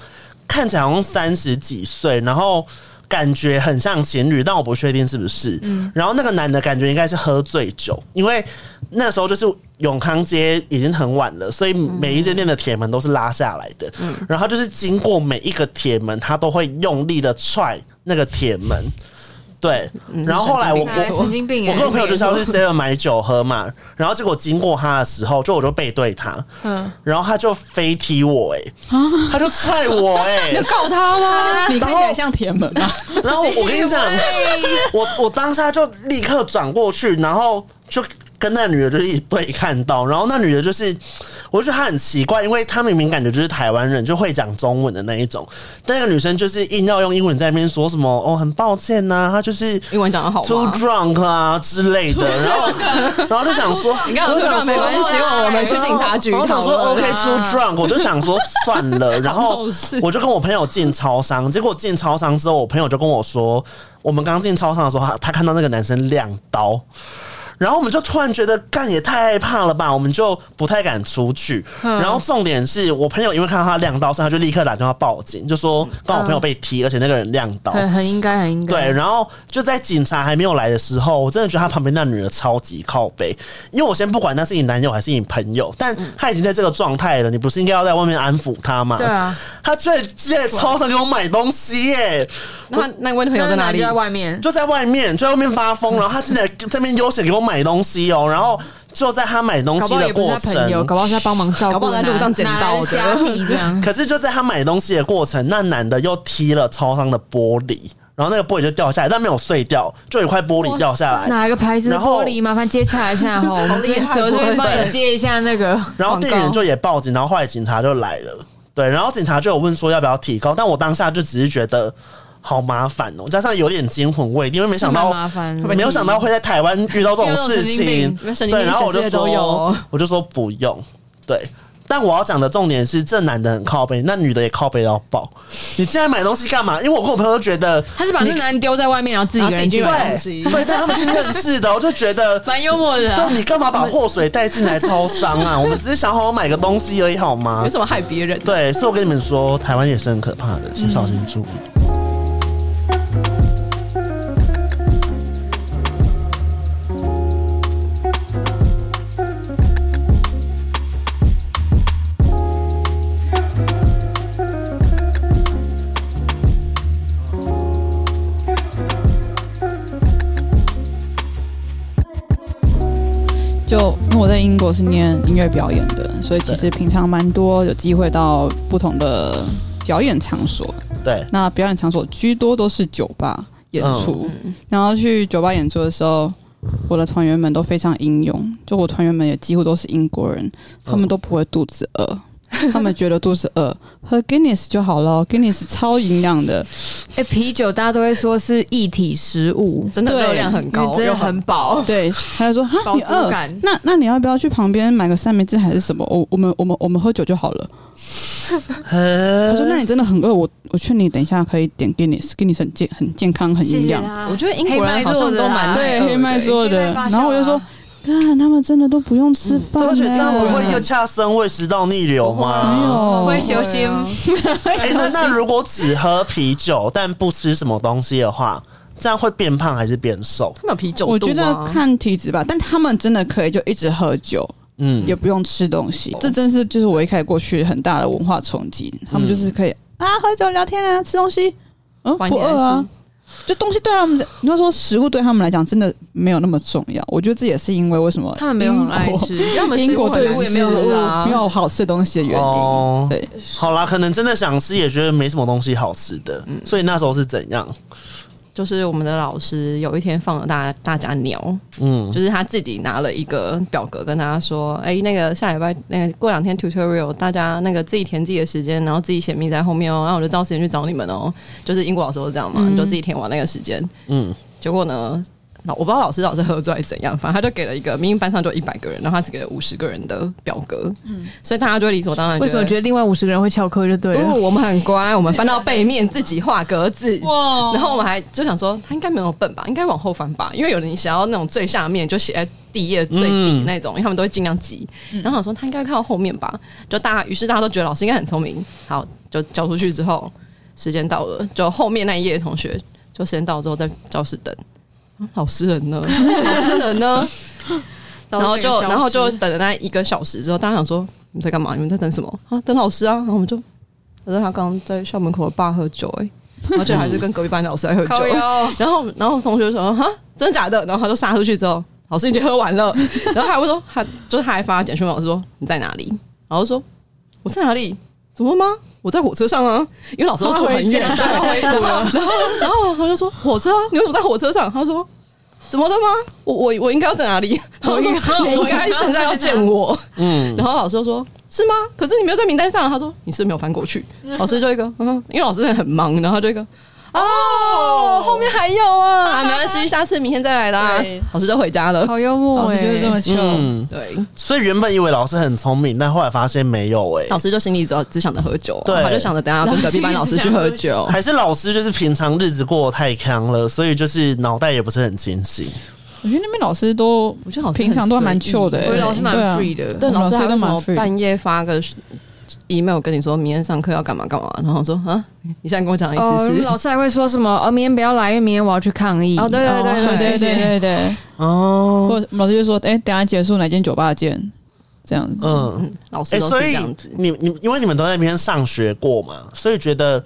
Speaker 1: 看起来好像三十几岁，然后。感觉很像情侣，但我不确定是不是。然后那个男的感觉应该是喝醉酒，因为那时候就是永康街已经很晚了，所以每一间店的铁门都是拉下来的。然后他就是经过每一个铁门，他都会用力的踹那个铁门。对，然后后来我我
Speaker 4: 神经病没错
Speaker 3: 神经病、欸，
Speaker 1: 我跟我朋友就是要去 Seven 买酒喝嘛，然后结果经过他的时候，就我就背对他，
Speaker 3: 嗯
Speaker 1: 然后他就飞踢我、哎，他就踹我、哎，
Speaker 4: 告他吗？
Speaker 2: 你看起来像铁门啊吗？
Speaker 1: 然后我跟你讲， 我我当下就立刻转过去，然后就跟那女的就是一对看到，然后那女的就是，我就觉得她很奇怪，因为她明明感觉就是台湾人，就会讲中文的那一种，但那个女生就是硬要用英文在那边说什么哦，很抱歉呐、她就是
Speaker 4: 英文讲的好
Speaker 1: too
Speaker 4: 吗？
Speaker 1: drunk 啊之类的，然后然后就想说，
Speaker 4: 你看我
Speaker 1: 就
Speaker 4: 这
Speaker 1: 想
Speaker 4: 哦个没
Speaker 1: 说。
Speaker 4: 关系，我我们去警察局
Speaker 1: 然后我想
Speaker 4: 讨
Speaker 1: 说
Speaker 4: 论
Speaker 1: OK too drunk，我就想说算了， 然后
Speaker 4: 好事
Speaker 1: 我就跟我朋友进超商，结果进超商之后，我朋友就跟我说，我们刚进超商的时候，他他看到那个男生亮刀，然后我们就突然觉得干也太害怕了吧，我们就不太敢出去。
Speaker 4: 嗯
Speaker 1: 然后重点是我朋友因为看到他亮刀，所以他就立刻打电话报警，就说
Speaker 4: 嗯
Speaker 1: 刚好我朋友被踢，而且那个人亮刀，
Speaker 3: 很很应该，很应该。
Speaker 1: 对，然后就在警察还没有来的时候，我真的觉得他旁边那女的超级靠背，因为我先不管那是你男友还是你朋友，但他已经在这个状态了，你不是应该要在外面安抚他吗？
Speaker 3: 嗯对啊，
Speaker 1: 他居然直接超市给我买东西耶、
Speaker 4: 那那位朋友
Speaker 3: 那
Speaker 4: 在哪
Speaker 3: 男的
Speaker 4: 里
Speaker 3: 就？在外面，
Speaker 1: 就在外面，就在外面发疯，然后他进来这边悠闲给我买东西哦、然后就在他买东
Speaker 3: 搞
Speaker 1: 西
Speaker 3: 不好
Speaker 1: 的
Speaker 3: 也不是
Speaker 1: 过
Speaker 3: 他朋友，
Speaker 1: 程。
Speaker 3: 搞不好是他帮忙照顾，
Speaker 4: 搞不好在路上捡到的
Speaker 3: 拿拿人虾皮 这样。
Speaker 1: 可是就在他买东西的过程，那男的又踢了超商的玻璃，然后那个玻璃就掉下来，但没有碎掉，就有一块玻璃掉下来。
Speaker 3: 哪一个牌子的
Speaker 1: 然后
Speaker 3: 玻璃？麻烦接洽一下 哈，我们这边
Speaker 4: 好厉害
Speaker 3: 泽这边
Speaker 4: 不会
Speaker 3: 帮你接一下那个
Speaker 1: 然后
Speaker 3: 广告
Speaker 1: 店员就也报警，然后后来警察就来了，对，然后警察就有问说要不要提高，但我当下就只是觉得好麻烦哦，加上有点惊魂未定，因为没想
Speaker 3: 是
Speaker 1: 到
Speaker 3: 蛮麻烦，
Speaker 1: 没有想到会在台湾遇到这种事
Speaker 3: 遇
Speaker 1: 情
Speaker 3: 到，
Speaker 4: 神经病
Speaker 1: 对，然后我就
Speaker 4: 神经病全世界都有
Speaker 1: 说
Speaker 4: 哦，
Speaker 1: 我就说不用，对。但我要讲的重点是，这男的很靠背，那女的也靠背到爆。你进来买东西干嘛？因为我跟我朋友都觉得，
Speaker 3: 他是把那男人丢在外面，然后自己一个人去
Speaker 4: 然后自己去
Speaker 3: 买，
Speaker 1: 对对，
Speaker 4: 买东西
Speaker 1: 但他们是认识的，我就觉得
Speaker 3: 蛮幽默的啊。
Speaker 1: 对，你干嘛把祸水带进来超商啊？ 我们只是想好好买个东西而已，好吗
Speaker 4: 为？什么害别人？
Speaker 1: 对，所以我跟你们说，台湾也是很可怕的，请小心注意。
Speaker 2: 就因为我在英国是念音乐表演的，所以其实平常蛮多有机会到不同的表演场所。
Speaker 1: 对，
Speaker 2: 那表演场所居多都是酒吧演出，
Speaker 3: 嗯
Speaker 2: 然后去酒吧演出的时候，我的团 员们都非常英勇，就我团员们也几乎都是英国人，他们都不会肚子饿，他们觉得肚子饿，喝 Guinness 就好了，Guinness 超营养的。
Speaker 3: 哎、啤酒大家都会说是一体食物，
Speaker 4: 真的
Speaker 2: 对
Speaker 4: 热量很
Speaker 3: 因
Speaker 4: 高，
Speaker 3: 为真的
Speaker 4: 又
Speaker 3: 很饱。
Speaker 2: 对，他就说哈，
Speaker 3: 饱
Speaker 2: 你
Speaker 3: 足
Speaker 2: 饿
Speaker 3: 感，
Speaker 2: 那那你要不要去旁边买个三明治还是什么？我我们我们我们喝酒就好 了。他说：“那你真的很饿，我我劝你等一下可以点 Guinness，Guinness 很健很健康很
Speaker 3: 谢
Speaker 2: 营
Speaker 3: 谢
Speaker 2: 养。
Speaker 3: 他。
Speaker 4: 我觉得英国人好像都蛮
Speaker 3: 黑麦做的啦
Speaker 4: 爱饿的
Speaker 2: 对黑麦做的
Speaker 3: 哎黑麦发酵啊
Speaker 2: 然后我就说看他们真的都不用吃饭、
Speaker 1: 而
Speaker 2: 欸，
Speaker 1: 且这样不会又恰生胃食道逆流
Speaker 2: 没
Speaker 1: 吗？
Speaker 2: 有
Speaker 3: 哦会休息，
Speaker 4: 哦
Speaker 1: 哎、那那如果只喝啤酒但不吃什么东西的话，这样会变胖还是变瘦？
Speaker 4: 他们有啤酒肚啊
Speaker 2: 我觉得看体质吧，但他们真的可以就一直喝酒，
Speaker 1: 嗯，哦
Speaker 2: 也不用吃东西。这真是就是我一开始过去很大的文化冲击，
Speaker 1: 嗯
Speaker 2: 他们就是可以、啊喝酒聊天啊，吃东西，嗯
Speaker 4: 晚
Speaker 2: 不
Speaker 4: 点
Speaker 2: 饿啊
Speaker 4: 心。
Speaker 2: 就东西对他们的，你要说食物对他们来讲真的没有那么重要。我觉得这也是因为为什么
Speaker 3: 他们没有很爱
Speaker 2: 英国
Speaker 3: 吃，
Speaker 4: 他们
Speaker 2: 英
Speaker 4: 食
Speaker 2: 国
Speaker 4: 物
Speaker 2: 对
Speaker 4: 很
Speaker 2: 于
Speaker 4: 多
Speaker 2: 食
Speaker 4: 也没有很
Speaker 2: 物
Speaker 4: 多啊
Speaker 2: 没有好吃的东西的原因。
Speaker 1: 哦
Speaker 2: 对，
Speaker 1: 好啦，可能真的想吃，也觉得没什么东西好吃的，
Speaker 4: 嗯
Speaker 1: 所以那时候是怎样？
Speaker 4: 就是我们的老师有一天放了大大家鸟，
Speaker 1: 嗯，
Speaker 4: 就是他自己拿了一个表格跟大家说，哎、那个下礼拜，那个过两天 tutorial，大家那个自己填自己的时间，然后自己写密在后面哦，然后我就照时间去找你们哦。就是英国老师都这样嘛，
Speaker 3: 嗯
Speaker 4: 你就自己填完那个时间。
Speaker 1: 嗯，
Speaker 4: 结果呢，老我不知道老师老师喝醉还是怎样，反正他就给了一个，明明班上就一百个人，然后他只给了五十个人的表格，嗯，所以大家就会理所当然
Speaker 3: 为什么觉得
Speaker 4: 得。
Speaker 3: 另外五十个人会翘课就对了？
Speaker 4: 不，我们很乖，我们翻到背面自己画格子，
Speaker 2: 哇
Speaker 4: 然后我们还就想说，他应该没有笨吧，应该往后翻吧，因为有人想要那种最下面就写在第一页最底那种，因为他们都会尽量挤。
Speaker 3: 嗯
Speaker 4: 然后想说他应该看到后面吧，就大家于是大家都觉得老师应该很聪明，好就交出去之后，时间到了，就后面那一页的同学就时间到了之后在教室等，啊老师人 呢？老师人呢？然后就然后就等了那一个小时之后，大家想说你们在干嘛？你们在等什么？啊，等老师啊。然后我们就，我说他刚刚在校门口的爸喝酒、欸，哎，而且还是跟隔壁班的老师在喝
Speaker 3: 靠
Speaker 4: 酒。
Speaker 3: 腰，
Speaker 4: 然后然后同学说哈，真的假的？然后他就杀出去之后，老师已经喝完了。然后他还会说，他就是他还发简讯问老师说你在哪里？然后说我在哪里？怎么了吗？我在火车上啊，因为老师都住很远，对 然后然后他就说火车，啊你为什么在火车上？他说怎么了吗？我我我应该要在哪里？他说你应该现在要见我。
Speaker 1: 嗯，
Speaker 4: 然后老师就说：“是吗？可是你没有在名单上。”他说：“你是没有翻过 去。”老师就一个，嗯，因为老师真的很忙，然后他就一个，哦，后面还有啊， 啊没关系，下次明天再来啦
Speaker 2: 对。
Speaker 4: 老师就回家 了。
Speaker 3: 好幽默
Speaker 2: 老
Speaker 3: 哎、
Speaker 2: 师就是这么糗。
Speaker 1: 嗯，
Speaker 4: 对，
Speaker 1: 所以原本以为老师很聪明，但后来发现没有、欸，
Speaker 4: 老师就心里只要只想着喝酒啊，
Speaker 1: 对
Speaker 4: 他就想着等一下要跟隔壁班老师去喝 酒。
Speaker 1: 还是老师就是平常日子过得太康了，所以就是脑袋也不是很清醒。
Speaker 2: 我觉得那边老师都
Speaker 4: 我觉得老师
Speaker 2: 平常都还蛮
Speaker 4: 很随意
Speaker 2: chill 的、
Speaker 3: 我
Speaker 2: 欸，
Speaker 3: 觉得老师蛮
Speaker 2: 对啊
Speaker 3: free 的，
Speaker 4: 对，老师还会
Speaker 2: 老师都
Speaker 4: 什
Speaker 2: 蛮
Speaker 4: 么
Speaker 2: free
Speaker 4: 半夜发个 email 跟你说明天上课要干嘛干嘛，然后我说啊，你现在跟我讲的意
Speaker 3: 哦
Speaker 4: 思，是
Speaker 3: 老师还会说什么？哦，明天不要来，因为明天我要去抗议。
Speaker 4: 哦对对对
Speaker 2: 对对
Speaker 4: 谢谢
Speaker 2: 对对对，
Speaker 1: 哦，
Speaker 2: 或者老师就说：“哎、等一下结束哪间酒吧见？”这样子，
Speaker 1: 嗯，
Speaker 4: 嗯，老师
Speaker 1: 哎、
Speaker 4: 都是
Speaker 1: 所
Speaker 4: 这
Speaker 1: 以
Speaker 4: 样子。
Speaker 1: 你你因为你们都在那边上学过嘛，所以觉得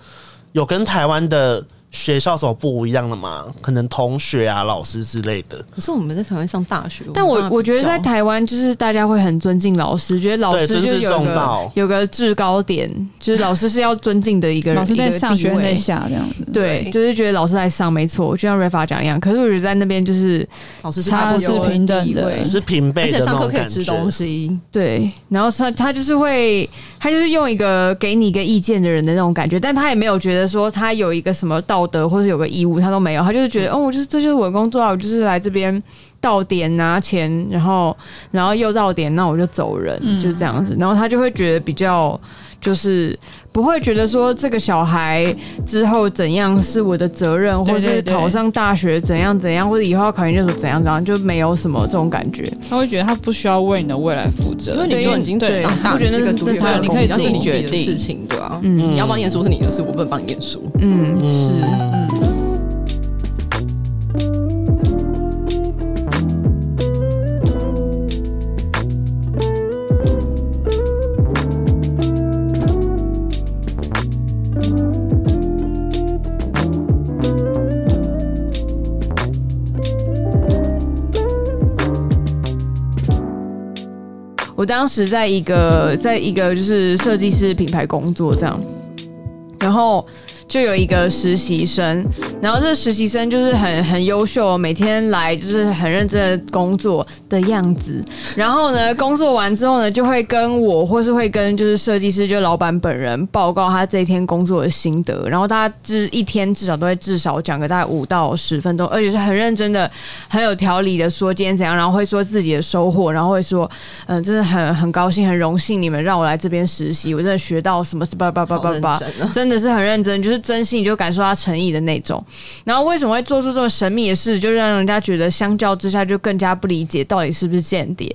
Speaker 1: 有跟台湾的学校所不一样的嘛？可能同学啊、老师之类的，
Speaker 4: 可是我们在台湾上大学，
Speaker 3: 但
Speaker 4: 没
Speaker 3: 我
Speaker 4: 办法
Speaker 3: 我觉得
Speaker 4: 比较
Speaker 3: 在台湾，就是大家会很尊敬老师，觉得老
Speaker 1: 对
Speaker 3: 师
Speaker 1: 尊
Speaker 3: 就
Speaker 1: 师
Speaker 3: 是有
Speaker 1: 重
Speaker 3: 个
Speaker 1: 道
Speaker 3: 有个制高点，就是老师是要尊敬的一个人，
Speaker 2: 老师在上，
Speaker 3: 一个
Speaker 2: 学
Speaker 3: 地位
Speaker 2: 生在下这样子。
Speaker 3: 对，
Speaker 4: 对
Speaker 3: 就是觉得老师在上没错，就像 Rafa 讲一样。可是我觉得在那边就是
Speaker 4: 老师
Speaker 2: 差
Speaker 4: 不
Speaker 2: 是平等的
Speaker 1: 是平辈
Speaker 4: 而
Speaker 1: 的
Speaker 4: 且
Speaker 1: 那
Speaker 4: 上课
Speaker 1: 种
Speaker 4: 可
Speaker 1: 感
Speaker 4: 以吃
Speaker 1: 觉。
Speaker 4: 东西，
Speaker 3: 对，然后他他就是会，他就是用一个给你一个意见的人的那种感觉，但他也没有觉得说他有一个什么道德或是有个义务，他都没有，他就是觉得哦，我就是这就是我的工作啊，我就是来这边到点拿钱，然后然后又到点，那我就走人，
Speaker 2: 嗯
Speaker 3: 就这样子，然后他就会觉得比较。就是不会觉得说这个小孩之后怎样是我的责任，
Speaker 2: 对
Speaker 3: 或者是
Speaker 2: 对对
Speaker 3: 考上大学怎样怎样，或者以后要考研究所怎样怎样，就没有什么这种感觉。
Speaker 2: 他会觉得他不需要为你的未来负责，
Speaker 4: 因为
Speaker 3: 对
Speaker 4: 你
Speaker 3: 因
Speaker 4: 就
Speaker 3: 为
Speaker 4: 已经
Speaker 2: 对
Speaker 4: 长大，
Speaker 3: 我觉得
Speaker 4: 你是一个独立
Speaker 2: 那
Speaker 4: 的个
Speaker 2: 是你
Speaker 4: 人
Speaker 2: 可以自己
Speaker 4: 己
Speaker 2: 决
Speaker 4: 的
Speaker 2: 定
Speaker 4: 事情，对啊，
Speaker 3: 嗯
Speaker 4: 你要帮你念书是你的事，我不能帮你念书。
Speaker 3: 嗯，是。我当时在一个在一个就是设计师品牌工作这样，然后就有一个实习生，然后这个实习生就是很很优秀，每天来就是很认真的工作的样子。然后呢，工作完之后呢，就会跟我或是会跟就是设计师，就是老板本人报告他这一天工作的心得。然后大家就是一天至少都会至少讲个大概五到十分钟，而且是很认真的、很有条理的说今天怎样，然后会说自己的收获，然后会说，嗯、真的很很高兴、很荣幸你们让我来这边实习，我真的学到什么什么叭叭叭叭叭
Speaker 4: 好认真啊，
Speaker 3: 真的是很认真，就是真心你就感受他诚意的那种。然后为什么会做出这么神秘的事，就让人家觉得相较之下就更加不理解到底是不是间谍。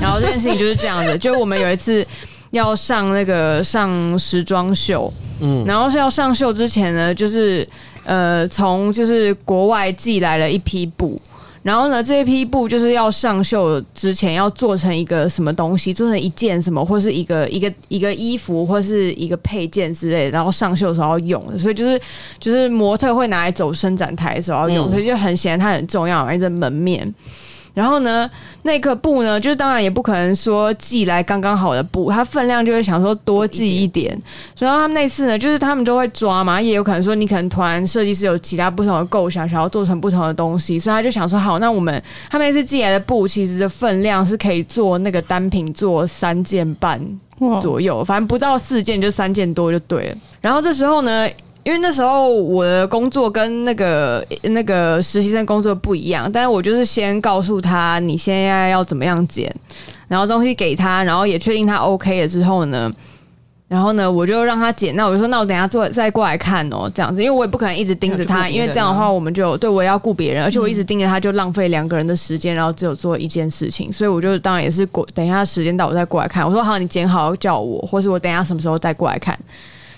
Speaker 3: 然后这件事情就是这样的，就我们有一次要上那个上时装秀，嗯，然后是要上秀之前呢，就是呃，从就是国外寄来了一批布。然后呢，这一批布就是要上秀之前要做成一个什么东西，做成一件什么，或是一个一个一个衣服，或是一个配件之类的，然后上秀的时候要用的。所以就是就是模特会拿来走伸展台的时候要用，
Speaker 1: 嗯
Speaker 3: 所以就很显然它很重要嘛，一个门面。然后呢，那个布呢，就是当然也不可能说寄来刚刚好的布，它分量就会想说多寄一点。所以他们那次呢，就是他们都会抓嘛，也有可能说你可能团设计师有其他不同的构想，想要做成不同的东西，所以他就想说好，那我们他们那次寄来的布其实的分量是可以做那个单品做三件半
Speaker 2: 哇
Speaker 3: 左右，反正不到四件就三件多就对了。然后这时候呢，因为那时候我的工作跟那个那个实习生工作不一样，但是我就是先告诉他你现在要怎么样剪，然后东西给他，然后也确定他 OK 了之后呢。然后呢，我就让他剪。那我就说，那我等一下做再过来看哦，这样子，因为我也不可能一直盯着
Speaker 4: 那就顾
Speaker 3: 他，
Speaker 4: 别人啊嗯
Speaker 3: 因为这样的话，我们就对我也要顾别人，而且我一直盯着他，就浪费两个人的时间，然后只有做一件事情，所以我就当然也是过，等一下时间到我再过来看。我说好，你剪好叫我，或是我等一下什么时候再过来看。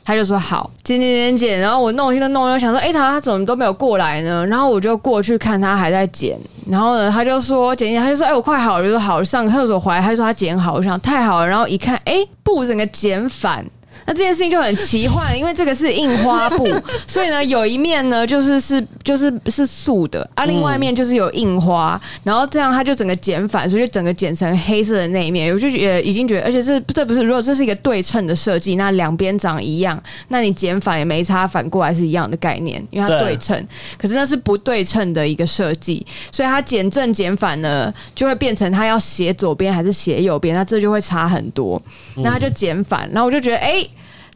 Speaker 3: 他就说好，剪剪剪剪，然后我弄一弄弄一弄，想说，哎、他他怎么都没有过来呢？然后我就过去看他还在剪，然后呢，他就说剪剪，他就说，哎、我快好了，我就好了，上厕所回来，他就说他剪好，我想太好了，然后一看，哎、布整个剪反。那这件事情就很奇幻，因为这个是印花布， 所以呢，有一面呢就是是就是是素的，啊，另外一面就是有印花，然后这样它就整个剪反，所以就整个剪成黑色的那一面。我就觉得已经觉得，而且这这不是如果这是一个对称的设计，那两边长一样，那你剪反也没差，反过来是一样的概念，因为它
Speaker 1: 对
Speaker 3: 对称。可是那是不对称的一个设计，所以它减正减反呢，就会变成它要斜左边还是斜右边，那这就会差很多。那它就减反，然后我就觉得，哎、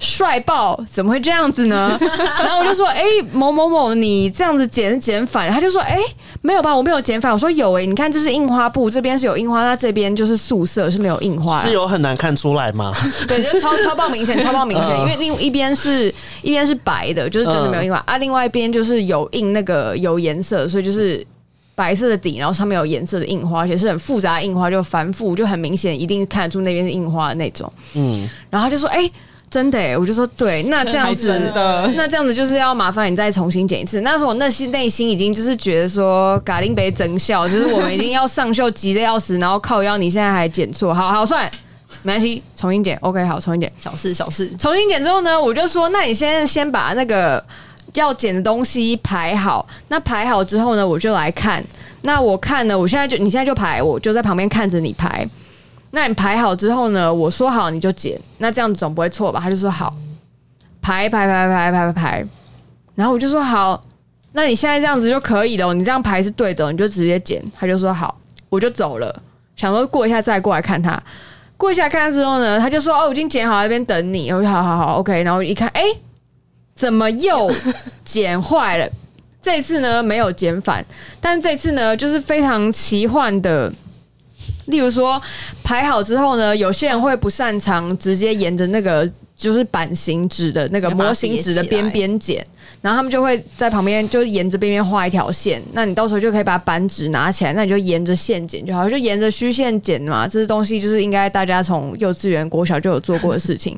Speaker 3: 帅爆！怎么会这样子呢？然后我就说：“哎、某某某，你这样子剪剪反。”他就说：“哎、没有吧，我没有剪反。”我说：“有哎、你看这是印花布，这边是有印花，那这边就是素色是没有印花的。”
Speaker 1: 是有很难看出来 吗？
Speaker 3: 对，就超超爆明显，超爆明显，因为另一边是一边是白的，就是真的没有印花、啊，另外一边就是有印那个有颜色，所以就是。白色的底，然后上面有颜色的印花，而且是很复杂的印花，就繁复，就很明显，一定看得出那边是印花的那种。
Speaker 1: 嗯，
Speaker 3: 然后他就说：“哎、真的、欸。”我就说：“对，那这样子，
Speaker 5: 真的
Speaker 3: 那这样子就是要麻烦你再重新剪一次。那时候我内心内心已经就是觉得说，嘎林北整笑，就是我们已经要上秀急得要死，然后靠腰你现在还剪错，好好算了，没关系，重新剪，OK，好，重新剪。
Speaker 4: 小事小事，
Speaker 3: 重新剪之后呢，我就说，那你先先把那个要剪的东西排好。那排好之后呢，我就来看。那我看呢，我现在就你现在就排，我就在旁边看着你排。那你排好之后呢，我说好你就剪，那这样子总不会错吧？他就说好，排排排排排排排，然后我就说好，那你现在这样子就可以了哦，你这样排是对的哦，你就直接剪。他就说好，我就走了，想说过一下再过来看他。过一下看之后呢，他就说：“哦，我已经剪好，在那边等你。”我说：“好好好，OK。”然后一看，哎、怎么又剪坏了？ 这次呢没有剪反，但这次呢就是非常奇幻的。例如说，排好之后呢，有些人会不擅长直接沿着那个就是版型纸的那个
Speaker 4: 要把它
Speaker 3: 模型纸的
Speaker 4: 叠起来
Speaker 3: 边边剪，然后他们就会在旁边就沿着边边画一条线。那你到时候就可以把板纸拿起来，那你就沿着线剪就好，就沿着虚线剪嘛。这些东西就是应该大家从幼稚园、国小就有做过的事情。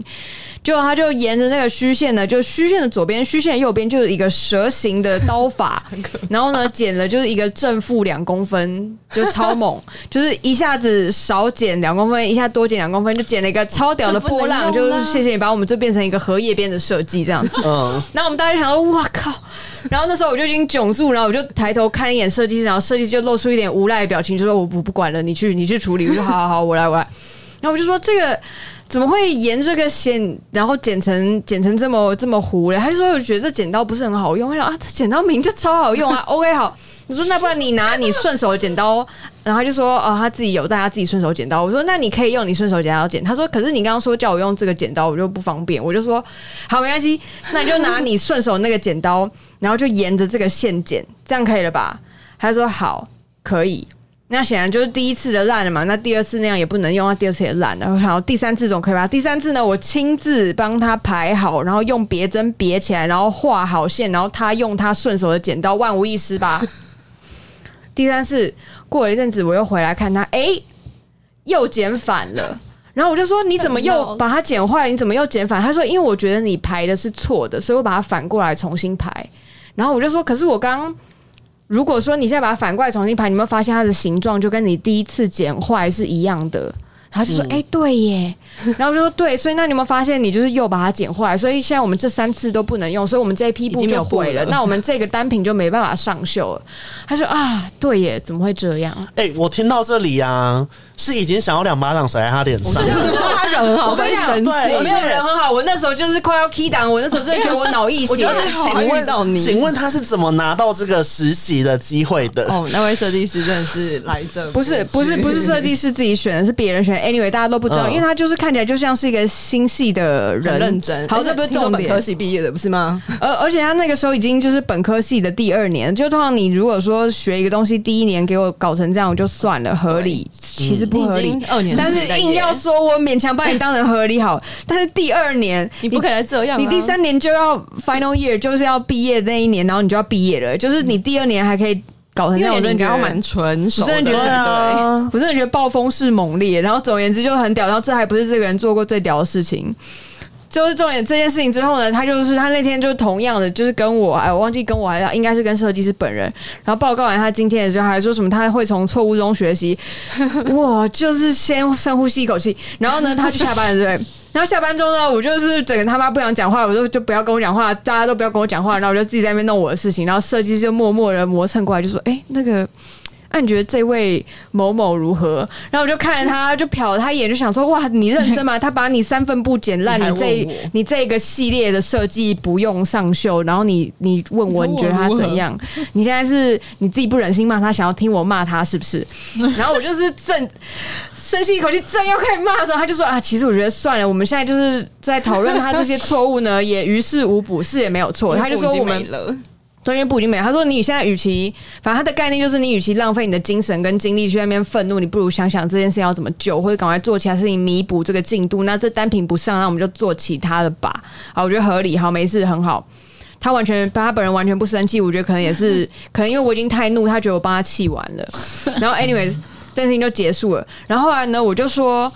Speaker 3: 结果他就沿着那个虚线呢，就虚线的左边、虚线的右边就是一个蛇形的刀 法，然后呢剪了就是一个正负两公分，就超猛，就是一下子少减两公分，一下多减两公分，就剪了一个超屌的波浪，
Speaker 4: 这
Speaker 3: 就
Speaker 4: 不能用啦
Speaker 3: 是谢谢你把我们这变成一个荷叶边的设计这样子。
Speaker 1: 嗯，
Speaker 3: 然后我们大家就想说，哇靠！然后那时候我就已经窘住，然后我就抬头看一眼设计师，然后设计师就露出一点无赖的表情，就说我不不管了，你去你去处理。我说好好好，我来我来。然后我就说这个怎么会沿这个线，然后剪成剪成这么这么糊嘞？”他就说：“我觉得这剪刀不是很好用。”我想啊，这剪刀明就超好用啊。OK，好，我说那不然你拿你顺手的剪刀，然后他就说：“哦，他自己有，但他自己顺手剪刀。”我说：“那你可以用你顺手剪刀剪。”他说：“可是你刚刚说叫我用这个剪刀，我就不方便。”我就说：“好，没关系，那你就拿你顺手那个剪刀，然后就沿着这个线剪，这样可以了吧？”他说：“好，可以。”那显然就是第一次的烂了嘛，那第二次那样也不能用，那第二次也烂了。我想要第三次总可以吧？第三次呢，我亲自帮他排好，然后用别针别起来，然后画好线，然后他用他顺手的剪刀，万无一失吧。第三次过了一阵子，我又回来看他，哎、又剪反了。然后我就说：“你怎么又把它剪坏？你怎么又剪反？”他说：“因为我觉得你排的是错的，所以我把它反过来重新排。”然后我就说：“可是我刚刚如果说你现在把它反过来重新排，你有没有发现它的形状就跟你第一次剪坏是一样的？然后
Speaker 4: 嗯
Speaker 3: 就说：“哎、对耶。” 然后我就说：“对，所以那你有没有发现你就是又把它剪坏？所以现在我们这三次都不能用，所以我们这一批布
Speaker 4: 经
Speaker 3: 就
Speaker 4: 没有布
Speaker 3: 毁了，
Speaker 4: 了
Speaker 3: 那我们这个单品就没办法上秀了。”他说：“啊，对耶，怎么会这样？
Speaker 1: 哎、我听到这里啊，是已经想要两巴掌甩在他脸上。
Speaker 4: 他人很好，
Speaker 3: 我跟你
Speaker 4: 会
Speaker 3: 讲
Speaker 4: 生气。
Speaker 1: 对
Speaker 3: 我没有人很好，我那时候就是快要 key 档，我那时候真的觉得我脑溢
Speaker 4: 我
Speaker 3: 血
Speaker 4: 觉。得这好
Speaker 1: 请
Speaker 4: 遇到
Speaker 1: 问，
Speaker 4: 你
Speaker 1: 请问他是怎么拿到这个实习的机会的？
Speaker 4: 哦，那位设计师真的是来这
Speaker 3: 不是不是不是设计师自己选的，是别人选的。Anyway，大家都不知道，
Speaker 1: 嗯
Speaker 3: 因为他就是看起来就像是一个新系的人，
Speaker 4: 很认真。哎
Speaker 3: 好，这不是重
Speaker 4: 本科
Speaker 3: 点。
Speaker 4: 系毕业的不是吗？
Speaker 3: 而而且他那个时候已经就是本科系的第二年，就通常你如果说学一个东西，第一年给我搞成这样，我就算了，合理，其实不合理。
Speaker 4: 二年，
Speaker 3: 但是硬要说，我勉强把你当成合理好，但是第二年
Speaker 4: 你不可以再这样啊，
Speaker 3: 你第三年就要 final year，就是要毕业那一年，然后你就要毕业了，就是你第二年还可以搞成
Speaker 4: 因
Speaker 3: 那
Speaker 4: 为
Speaker 3: 种，
Speaker 4: 你
Speaker 3: 真的
Speaker 4: 应该
Speaker 3: 觉
Speaker 4: 要
Speaker 3: 得
Speaker 4: 蛮纯熟
Speaker 3: 我
Speaker 4: 的，
Speaker 3: 真的觉
Speaker 1: 对
Speaker 3: 得
Speaker 4: 对。
Speaker 1: 啊，
Speaker 3: 我真的觉得暴风式猛烈，然后总而言之就很屌，然后这还不是这个人做过最屌的事情。就是重点这件事情之后呢，他就是他那天就同样的，就是跟我，哎，我忘记跟我还是应该是跟设计师本人，然后报告完他今天的时候，还说什么他会从错误中学习，我就是先深呼吸一口气，然后呢，他去下班了，对不对。然后下班之后呢，我就是整个他妈不想讲话，我就就不要跟我讲话，大家都不要跟我讲话，然后我就自己在那边弄我的事情，然后设计师就默默的磨蹭过来，就说：“哎、那个，那、你觉得这位某某如何？”然后我就看着他，就瞟了他一眼，就想说：“哇，你认真吗？他把你三分布剪烂，
Speaker 4: 你还
Speaker 3: 你这
Speaker 4: 问我
Speaker 3: 你这个系列的设计不用上秀，然后你你问我你觉得他怎样？你现在是你自己不忍心骂他，想要听我骂他是不是？然后我就是正深吸一口气，正要开始骂的时候，他就说啊，其实我觉得算了，我们现在就是在讨论他这些错误呢，也于事无补，是也没有错。他就说我们
Speaker 4: 了，
Speaker 3: 对，因为布已经没了。他说你现在与其，反正他的概念就是你与其浪费你的精神跟精力去那边愤怒，你不如想想这件事情要怎么救，或者赶快做其他事情弥补这个进度。那这单品不上，那我们就做其他的吧。好，我觉得合理，好，没事，很好。他完全，他本人完全不生气，我觉得可能也是，可能因为我已经太怒，他觉得我帮他气完 了。然后，anyways，这件事情就结束了。然后后来呢，我就说，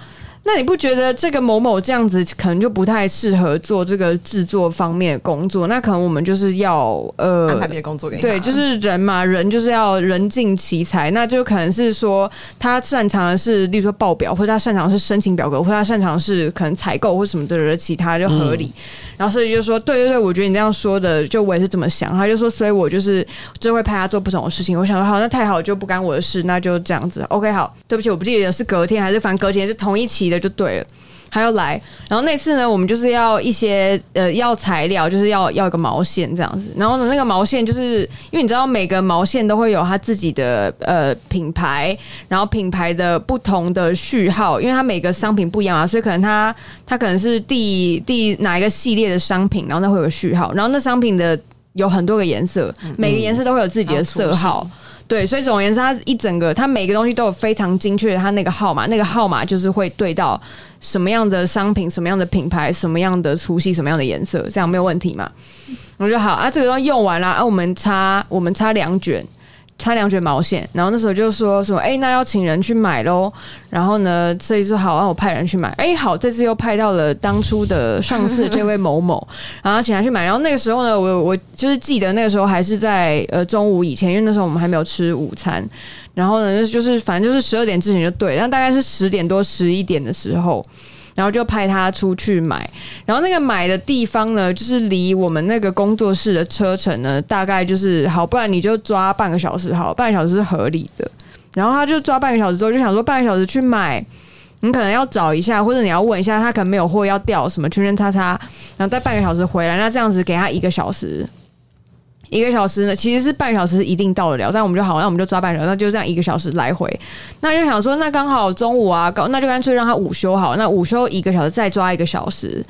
Speaker 3: 那你不觉得这个某某这样子可能就不太适合做这个制作方面的工作？那可能我们就是要呃
Speaker 4: 安排别的工作给你。
Speaker 3: 对，就是人嘛，人就是要人尽其才，那就可能是说他擅长的是，例如说报表，或者他擅长的是申请表格，或者他擅长的是可能采购或什么的，其他就合理。然后所以就说，对对对，我觉得你这样说的，就我也是这么想。他就说，所以我就是就会派他做不同的事情。我想说，好，那太好，就不干我的事，那就这样子。OK，好，对不起，我不记得是隔天还是反正隔天就同一期的就对了。他要来，然后那次呢，我们就是要一些呃要材料，就是要要一个毛线这样子。然后呢，那个毛线就是因为你知道每个毛线都会有它自己的呃品牌，然后品牌的不同的序号，因为它每个商品不一样啊，所以可能它它可能是第第哪一个系列的商品，然后那会有个序号，然后那商品的有很多个颜色，每个颜色都会有自己的色号。对，所以总而言之，它一整个，它每个东西都有非常精确的它那个号码，那个号码就是会对到什么样的商品、什么样的品牌、什么样的粗细、什么样的颜色，这样没有问题嘛？我说好啊，这个东西用完了啊，我们插我们插两卷，插两卷毛线，然后那时候就说什么哎、那要请人去买喽。然后呢，设计师说好，让我派人去买。哎、好，这次又派到了当初的上次这位某某，然后请他去买。然后那个时候呢，我我就是记得那个时候还是在呃中午以前，因为那时候我们还没有吃午餐。然后呢，就是反正就是十二点之前就对，但大概是十点多十一点的时候，然后就派他出去买。然后那个买的地方呢，就是离我们那个工作室的车程呢，大概就是好，不然你就抓半个小时好，半个小时是合理的。然后他就抓半个小时之后，就想说半个小时去买你可能要找一下，或者你要问一下他可能没有货要掉什么圈圈叉叉，然后再半个小时回来，那这样子给他一个小时。一个小时呢，其实是半小时是一定到得了，但我们就好，那我们就抓半小时，那就这样一个小时来回。那就想说，那刚好中午啊，搞那就干脆让他午休好了，那午休一个小时再抓一个小时。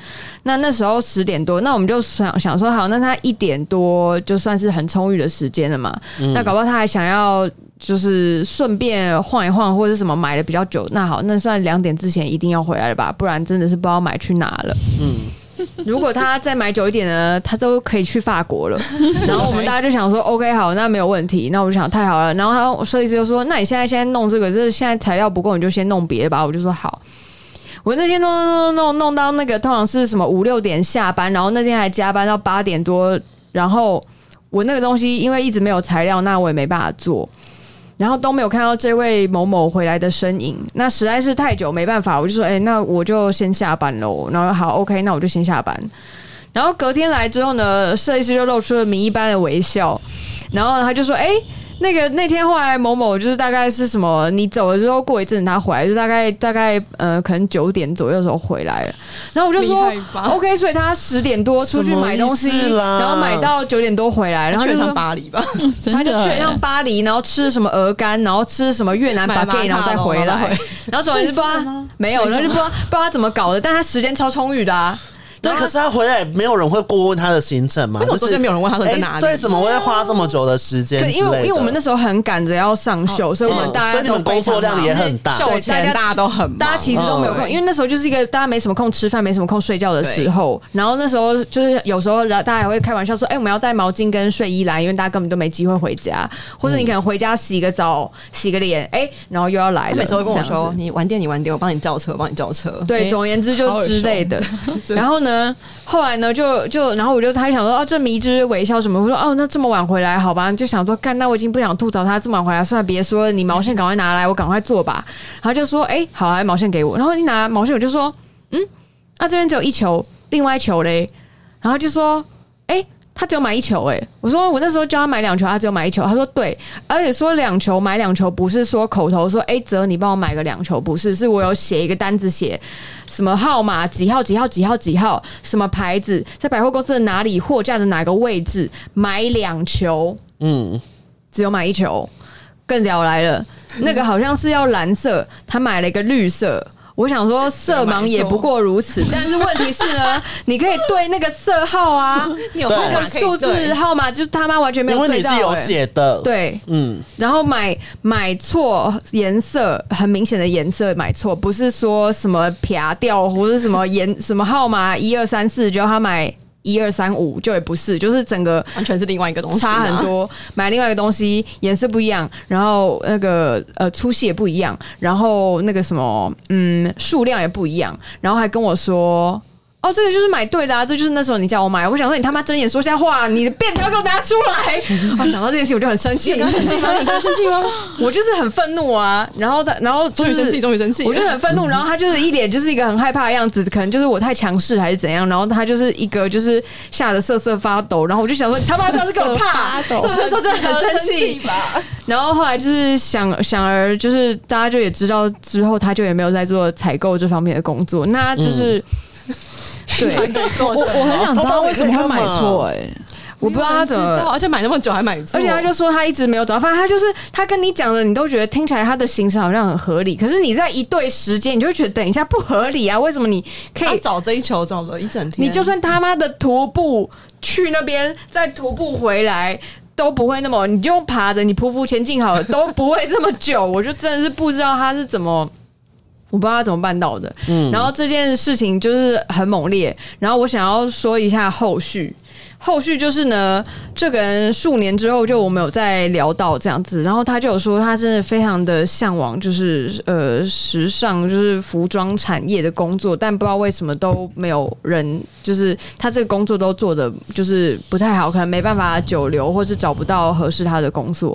Speaker 3: 那那时候十点多，那我们就想想说，好，那他一点多就算是很充裕的时间了嘛。那搞不好他还想要就是顺便晃一晃，或者是什么买的比较久，那好，那算两点之前一定要回来了吧，不然真的是不知道买去哪了。如果他再买久一点呢，他都可以去法国了。然后我们大家就想说，OK，好，那没有问题。那我就想，太好了。然后他设计师就说，那你现在先弄这个，就是现在材料不够，你就先弄别的吧。我就说好。我那天弄弄弄弄弄到那个，通常是什么五六点下班，然后那天还加班到八点多，然后我那个东西因为一直没有材料，那我也没办法做。然后都没有看到这位某某回来的身影，那实在是太久没办法，我就说，哎、那我就先下班喽。然后好，OK，那我就先下班。然后隔天来之后呢，设计师就露出了谜一般的微笑，然后他就说，哎、那个那天后来某某就是大概是什么，你走了之后过一阵子他回来，就大概大概呃可能九点左右的时候回来了。然后我就说
Speaker 4: 厉害吧
Speaker 3: ，OK，所以他十点多出去买东西
Speaker 1: 什么意思，啦
Speaker 3: 然后买到九点多回来，然后他
Speaker 4: 去
Speaker 3: 就
Speaker 4: 一
Speaker 3: 说
Speaker 4: 趟巴黎吧，
Speaker 3: 他
Speaker 2: 真
Speaker 3: 就
Speaker 2: 的
Speaker 3: 去了
Speaker 2: 欸
Speaker 3: 趟巴黎，然后吃什么鹅肝，然后吃什么越南
Speaker 4: 买
Speaker 3: baguette，
Speaker 4: 马卡龙
Speaker 3: 然后再回
Speaker 4: 然后
Speaker 3: 来
Speaker 4: 再回，
Speaker 3: 然后总而言之不知道他没有，然后就不知道不知道他怎么搞的，但他时间超充裕的啊。
Speaker 1: 对，可是他回来没有人会过问他的行程嘛？
Speaker 4: 为什么
Speaker 1: 就
Speaker 4: 中
Speaker 1: 是
Speaker 4: 间没有人问他说你在
Speaker 1: 哎
Speaker 4: 哪里？
Speaker 1: 对，怎么会花这么久的时间之类
Speaker 3: 对，
Speaker 1: 的？
Speaker 3: 因为因为我们那时候很赶着要上
Speaker 4: 哦
Speaker 3: 秀，所以我们
Speaker 1: 嗯
Speaker 3: 大
Speaker 1: 所
Speaker 3: 家
Speaker 1: 以你
Speaker 3: 都
Speaker 1: 们工作
Speaker 3: 非常
Speaker 1: 量
Speaker 3: 忙
Speaker 1: 也很大。
Speaker 4: 秀
Speaker 3: 对大
Speaker 4: 前
Speaker 3: 家
Speaker 4: 大家都很忙，
Speaker 3: 大家其实都没有空，
Speaker 4: 嗯
Speaker 3: 因为那时候就是一个大家没什么空吃饭、没什么空睡觉的时候。然后那时候就是有时候，然后大家还会开玩笑说：“哎、我们要带毛巾跟睡衣来，因为大家根本都没机会回家，或者
Speaker 4: 嗯
Speaker 3: 你可能回家洗个澡、洗个脸，哎、然后又要来
Speaker 4: 他
Speaker 3: 了。”
Speaker 4: 每次会跟我
Speaker 3: 这样
Speaker 4: 说
Speaker 3: 子：“
Speaker 4: 你晚点，你晚点，我帮你叫车，我帮你叫车。”
Speaker 3: 对，
Speaker 2: 哎
Speaker 3: 总而言之就
Speaker 2: 好耳
Speaker 3: 之类
Speaker 2: 熟
Speaker 3: 的。 然后呢，后来呢，就就然后我就他想说，哦，这迷之微笑什么？我说，哦，那这么晚回来，好吧，就想说，干，那我已经不想吐槽他这么晚回来，算了，别说了，你毛线赶快拿来，我赶快做吧。然后就说，哎、好啊，毛线给我。然后一拿毛线，我就说，嗯，啊，这边只有一球，另外一球嘞。然后就说，哎、他只有买一球哎、我说我那时候叫他买两球，他只有买一球。他说对，而且说两球买两球，不是说口头说，哎、泽你帮我买个两球，不是，是我有写一个单子写，什么号码、几号、几号、几号、几号，什么牌子，在百货公司的哪里，货架的哪个位置，买两球，
Speaker 1: 嗯，
Speaker 3: 只有买一球。更屌来 了，那个好像是要蓝色，他买了一个绿色。我想说色盲也不过如此，但是问题是 呢，你可以对那个色号啊，
Speaker 4: 你有
Speaker 1: 对
Speaker 3: 那
Speaker 4: 办
Speaker 3: 个
Speaker 4: 法可以对
Speaker 3: 数字号码，就是他妈完全没
Speaker 1: 因
Speaker 3: 有
Speaker 1: 为
Speaker 3: 对
Speaker 1: 你
Speaker 3: 到、
Speaker 1: 是有
Speaker 4: 哎
Speaker 3: 欸
Speaker 1: 写的，，
Speaker 3: 对，
Speaker 1: 嗯，
Speaker 3: 然后买买错颜色，很明显的颜色买错，不是说什么撇掉或者什么颜什么号码一二三四，就他买一二三五，就也不是，就是整个
Speaker 4: 完全是另外一个东西，
Speaker 3: 差很。多。买另外一个东西，颜色不一样，然后那个呃粗细也不一样，然后那个什么嗯数量也不一样，然后还跟我说。哦，这个就是买对的啊！这就是那时候你叫我买，我想说你他妈睁眼说瞎话，你的便条给我拿出 来！啊，讲到这件事我就很生气，
Speaker 4: 生气吗？你刚生气吗？
Speaker 3: 我就是很愤怒啊，然后他，然后就
Speaker 4: 终于
Speaker 3: 是
Speaker 4: 生气，终于生气了。
Speaker 3: 我就很愤怒，然后他就是一脸就是一个很害怕的样子，可能就是我太强势还是怎样，然后他就是一个就是吓得瑟瑟发抖，然后我就想说你他妈不要是给我怕，
Speaker 2: 瑟瑟发抖
Speaker 3: 我那时候真的很生气。
Speaker 4: 吧？
Speaker 3: 然后后来就是想想而就是大家就也知道之后，他就也没有在做采购这方面的工作，那就是、对，
Speaker 2: 我我
Speaker 3: 哦
Speaker 2: 很想知道为什么会买错哎、
Speaker 3: 我不知道他怎么。
Speaker 4: 而且买那么久还买错，
Speaker 3: 而且他就说他一直没有找到，反正他就是他跟你讲的，你都觉得听起来他的行程好像很合理，可是你在一对时间，你就会觉得等一下不合理啊？为什么你可
Speaker 4: 他
Speaker 3: 以？
Speaker 4: 找这一球找了一整天，
Speaker 3: 你就算他妈的徒步去那边，再徒步回来。都不会那么，你就用爬着，你匍匐前进好了，都不会这么久。 我就真的是不知道他是怎么，我不知道他怎么办到的。
Speaker 1: 嗯
Speaker 3: 然后这件事情就是很猛烈。然后我想要说一下后续，后续就是呢，这个人数年之后就我们有在聊到这样子，然后他就有说他真的非常的向往，就是呃时尚就是服装产业的工作，但不知道为什么都没有人，就是他这个工作都做的就是不太好，可能没办法久留，或是找不到合适他的工作。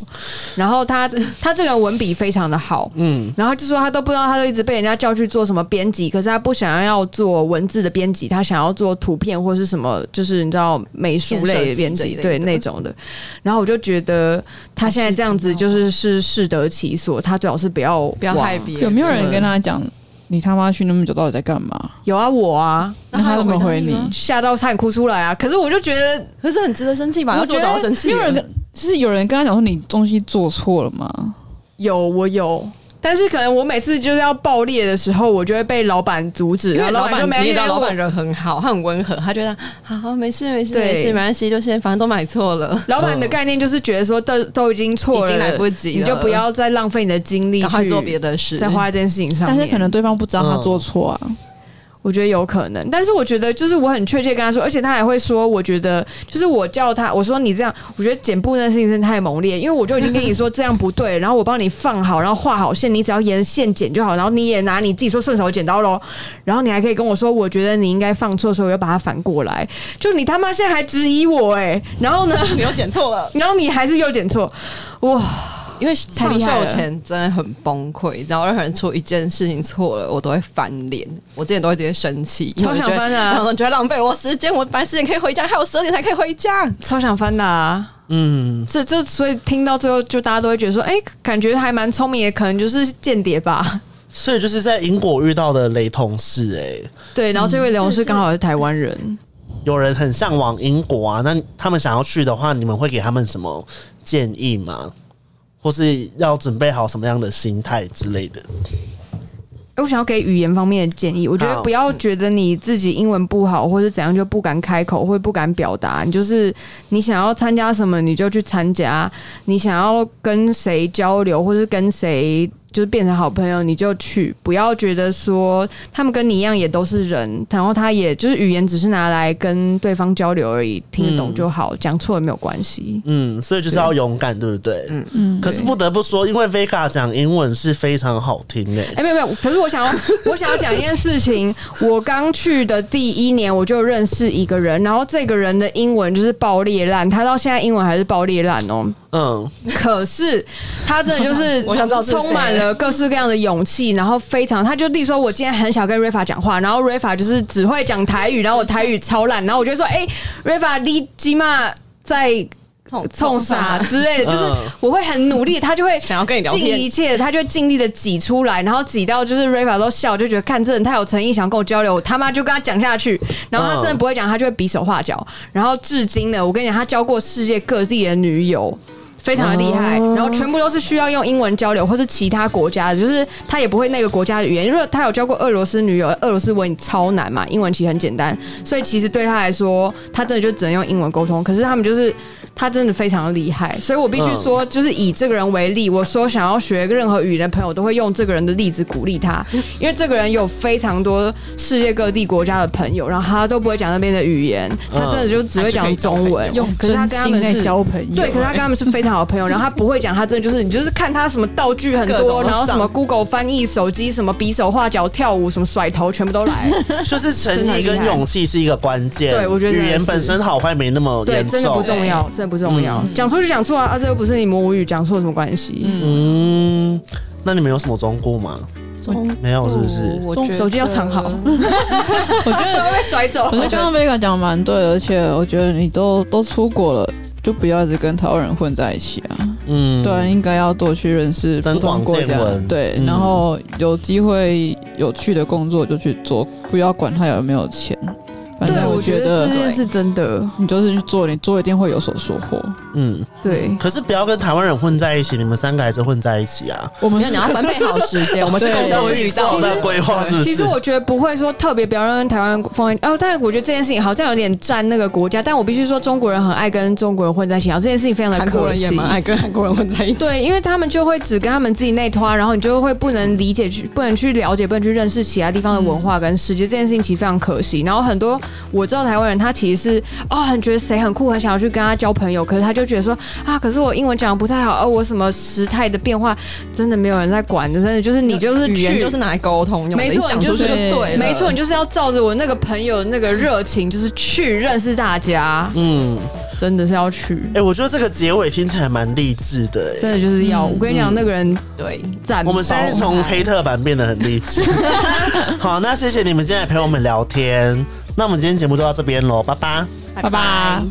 Speaker 3: 然后他他这个人文笔非常的好，
Speaker 1: 嗯
Speaker 3: 然后就说他都不知道，他就一直被人家叫去做什么编辑，可是他不想要做文字的编辑，他想要做图片或是什么，就是你知道美术类的编
Speaker 4: 偏设
Speaker 3: 辑
Speaker 4: 计，这一
Speaker 3: 对
Speaker 4: 类的
Speaker 3: 那种的。然后我就觉得他现在这样子就是是适得其所，他最好是不要
Speaker 4: 不要
Speaker 3: 往
Speaker 4: 害别人。
Speaker 2: 有没有人跟他讲你他妈去那么久到底在干嘛？
Speaker 3: 有啊，我啊，
Speaker 2: 那他怎么
Speaker 4: 那
Speaker 2: 回
Speaker 4: 他有回答
Speaker 2: 你
Speaker 4: 你？吗
Speaker 3: 吓到差点哭出来啊！可是我就觉得，
Speaker 4: 可是很值得生气吧？要
Speaker 2: 我
Speaker 4: 是我
Speaker 2: 觉
Speaker 4: 早
Speaker 2: 得
Speaker 4: 就生气
Speaker 2: 没有
Speaker 4: 了
Speaker 2: 人。跟，就是有人跟他讲说你东西做错了吗？
Speaker 3: 有，我有。但是可能我每次就是要爆裂的时候，我就会被老板阻止，
Speaker 4: 因
Speaker 3: 然
Speaker 4: 为
Speaker 3: 后
Speaker 4: 老
Speaker 3: 板就
Speaker 4: 板，
Speaker 3: 没
Speaker 4: 你也
Speaker 3: 理
Speaker 4: 知道，
Speaker 3: 我
Speaker 4: 老板人很好，他很温和，他觉得好好没事没事
Speaker 3: 对
Speaker 4: 没事，没关系，就先反正都买错了，
Speaker 3: 老板的概念就是觉得说都都已经错
Speaker 4: 已
Speaker 3: 了，
Speaker 4: 经来不及了，
Speaker 3: 你就不要再浪费你的精力
Speaker 4: 赶快
Speaker 3: 去
Speaker 4: 做别的事，
Speaker 3: 再花在这件事情上
Speaker 2: 但
Speaker 3: 面。
Speaker 2: 是可能对方不知道他
Speaker 1: 嗯
Speaker 2: 做错啊。
Speaker 3: 我觉得有可能，但是我觉得就是我很确切跟他说，而且他还会说，我觉得就是我叫他，我说你这样，我觉得剪布那事情真的太猛烈，因为我就已经跟你说这样不对，然后我帮你放好，然后画好线，你只要沿线剪就好，然后你也拿你自己说顺手的剪刀喽，然后你还可以跟我说，我觉得你应该放错，所以我要把它反过来，就你他妈现在还质疑我哎、然后呢，
Speaker 4: 你又剪错了，
Speaker 3: 然后你还是又剪错，哇，
Speaker 4: 因为
Speaker 3: 太
Speaker 4: 上
Speaker 3: 厉害
Speaker 4: 秀
Speaker 3: 了
Speaker 4: 前真的很崩溃，只要任何人出一件事情错了，我都会翻脸，我之前都会直接生气，因为
Speaker 3: 超
Speaker 4: 我就
Speaker 3: 想
Speaker 4: 觉得
Speaker 3: 翻的啊、
Speaker 4: 然后你觉得浪费我时间，我班十点可以回家，害我十二点才可以回家。
Speaker 3: 超想翻的啊！
Speaker 1: 嗯，
Speaker 3: 这就所以听到最后，就大家都会觉得说，哎、感觉还蛮聪明的，可能就是间谍吧。
Speaker 1: 所以就是在英国遇到的雷同事、欸，
Speaker 3: 对，然后嗯这位刘是刚好是台湾人，
Speaker 1: 有人很向往英国啊，那他们想要去的话，你们会给他们什么建议吗？或是要准备好什么样的心态之类的？
Speaker 3: 诶我想要给语言方面的建议，我觉得嗯
Speaker 1: 好
Speaker 3: 不要觉得你自己英文不好或者怎样就不敢开口或不敢表达，你就是你想要参加什么你就去参加，你想要跟谁交流或是跟谁就是变成好朋友你就去，不要觉得说他们跟你一样也都是人，然后他也就是语言只是拿来跟对方交流而已，听得懂就好，讲错也没有关系。
Speaker 1: 嗯，所以就是要勇敢，对不对？嗯
Speaker 2: 嗯
Speaker 1: 嗯。可是不得不说，因为 Vega 讲英文是非常好听诶、
Speaker 3: 哎、没有没有，可是我想要， 我想要讲一件事情。我刚去的第一年，我就认识一个人，然后这个人的英文就是爆裂烂，他到现在英文还是爆裂烂 哦。
Speaker 1: 嗯，
Speaker 3: 可是他真的就是，
Speaker 4: 我想知道是谁
Speaker 3: 充满了各式各样的勇气，然后非常，他就例如说，我今天很想跟 Rafa 讲话，然后 Rafa 就是只会讲台语，然后我台语超烂，然后我就说，哎、r a f a 你起码在
Speaker 4: 冲
Speaker 3: 冲啥之类的，就是
Speaker 1: 嗯
Speaker 3: 我会很努力，他就会
Speaker 4: 想要跟你聊
Speaker 3: 尽一
Speaker 4: 天，
Speaker 3: 切，他就尽力的挤出来，然后挤到就是 Rafa 都笑，就觉得看这人太有诚意，想跟我交流，我他妈就跟他讲下去。然后他
Speaker 4: 嗯
Speaker 3: 真的不会讲，他就会比手画脚。然后至今呢，我跟你讲，他交过世界各地的女友。非常的厉害，然后全部都是需要用英文交流，或是其他国家的，就是他也不会那个国家的语言。如果他有交过俄罗斯女友，俄罗斯文超难嘛，英文其实很简单，所以其实对他来说，他真的就只能用英文沟通。可是他们就是他真的非常厉害，所以我必须说，就是以这个人为例，我说想要学任何语言的朋友，都会用这个人的例子鼓励他，因为这个人有非常多世界各地国家的朋友，然后他都不会讲那边的语言，他真的就只会讲中文，
Speaker 2: 嗯
Speaker 4: 用
Speaker 3: 可是他跟他们
Speaker 2: 在
Speaker 3: 是。
Speaker 2: 交朋友，欸
Speaker 3: 对，可是他跟他们是非常好的朋友，然后他不会讲，他真的就是你就是看他什么道具很
Speaker 4: 各
Speaker 3: 多，
Speaker 4: 种
Speaker 3: 然后什么
Speaker 4: 上
Speaker 3: Google 翻译、手机什么比手画脚、跳舞什么甩头，全部都来。
Speaker 1: 就是诚意跟勇气是一个关键。
Speaker 3: 对我觉得真的
Speaker 1: 语言本身好坏没那么
Speaker 3: 对，
Speaker 1: 严
Speaker 3: 真的不
Speaker 1: 重。
Speaker 3: 重要，真的不重要，讲错就讲错啊，啊，这又不是你母语，讲错有什么关系？
Speaker 1: 嗯，那你们有什么忠告吗？
Speaker 3: 嗯
Speaker 1: 没有，哦是不是？
Speaker 4: 我觉得
Speaker 3: 哦手机要藏好，
Speaker 2: 我觉得
Speaker 3: 都被甩走
Speaker 2: 我觉得 刚刚 Vega 讲得蛮对的，而且我觉得你都都出国了，就不要一直跟台湾人混在一起啊。
Speaker 1: 嗯，
Speaker 2: 对啊，应该要多去认识不
Speaker 1: 增
Speaker 2: 同
Speaker 1: 广
Speaker 2: 国
Speaker 1: 见
Speaker 2: 家
Speaker 1: 闻。
Speaker 2: 对，
Speaker 1: 嗯
Speaker 2: 然后有机会有趣的工作就去做，不要管他有没有钱。反
Speaker 3: 对，
Speaker 2: 正
Speaker 3: 我觉
Speaker 2: 觉
Speaker 3: 得
Speaker 2: 得
Speaker 3: 这件事真的
Speaker 2: 你就是去做，你做一定会有所收获。
Speaker 1: 嗯，
Speaker 3: 对。
Speaker 1: 可是不要跟台湾人混在一起，你们三个还是混在一起啊。
Speaker 2: 我
Speaker 4: 因
Speaker 2: 们
Speaker 4: 为你要分配好时间，我们是
Speaker 2: 对
Speaker 4: 共同遇到
Speaker 1: 照在
Speaker 4: 的。
Speaker 1: 规划是不是？
Speaker 3: 其实我觉得不会说特别不要让台湾放在哦，但是我觉得这件事情好像有点占那个国家，但我必须说中国人很爱跟中国人混在一起，然后这件事情非常的
Speaker 4: 韩国
Speaker 3: 可
Speaker 4: 人也
Speaker 3: 惜。
Speaker 4: 蛮爱跟韩国人混在一起，
Speaker 3: 对，因为他们就会只跟他们自己内拖，然后你就会不能理解去，不能去了解，不能去认识其他地方的文化跟世界，这件事情其实非常可惜。然后很多我知道台湾人，他其实是哦，很觉得谁很酷，很想要去跟他交朋友，可是他就觉得说啊，可是我英文讲的不太好，而、我什么时态的变化，真的没有人在管的，真的就是你就是
Speaker 4: 语言
Speaker 3: 去
Speaker 4: 就是拿来沟通用的，
Speaker 3: 没错
Speaker 4: 你讲出去就
Speaker 2: 你就是
Speaker 4: 对了，
Speaker 3: 没错，你就是要照着我那个朋友的那个热情，就是去认识大家，
Speaker 1: 嗯，
Speaker 3: 真的是要去，
Speaker 1: 哎、我觉得这个结尾听起来蛮励志的、
Speaker 3: 真
Speaker 1: 哎，
Speaker 3: 的就是要。我跟你讲，那个人
Speaker 4: 对，
Speaker 3: 赞爆。
Speaker 1: 我们现在从黑特版变得很励 志。好，那谢谢你们今天来陪我们聊天。那我们今天节目就到这边喽，拜拜。
Speaker 2: 拜拜。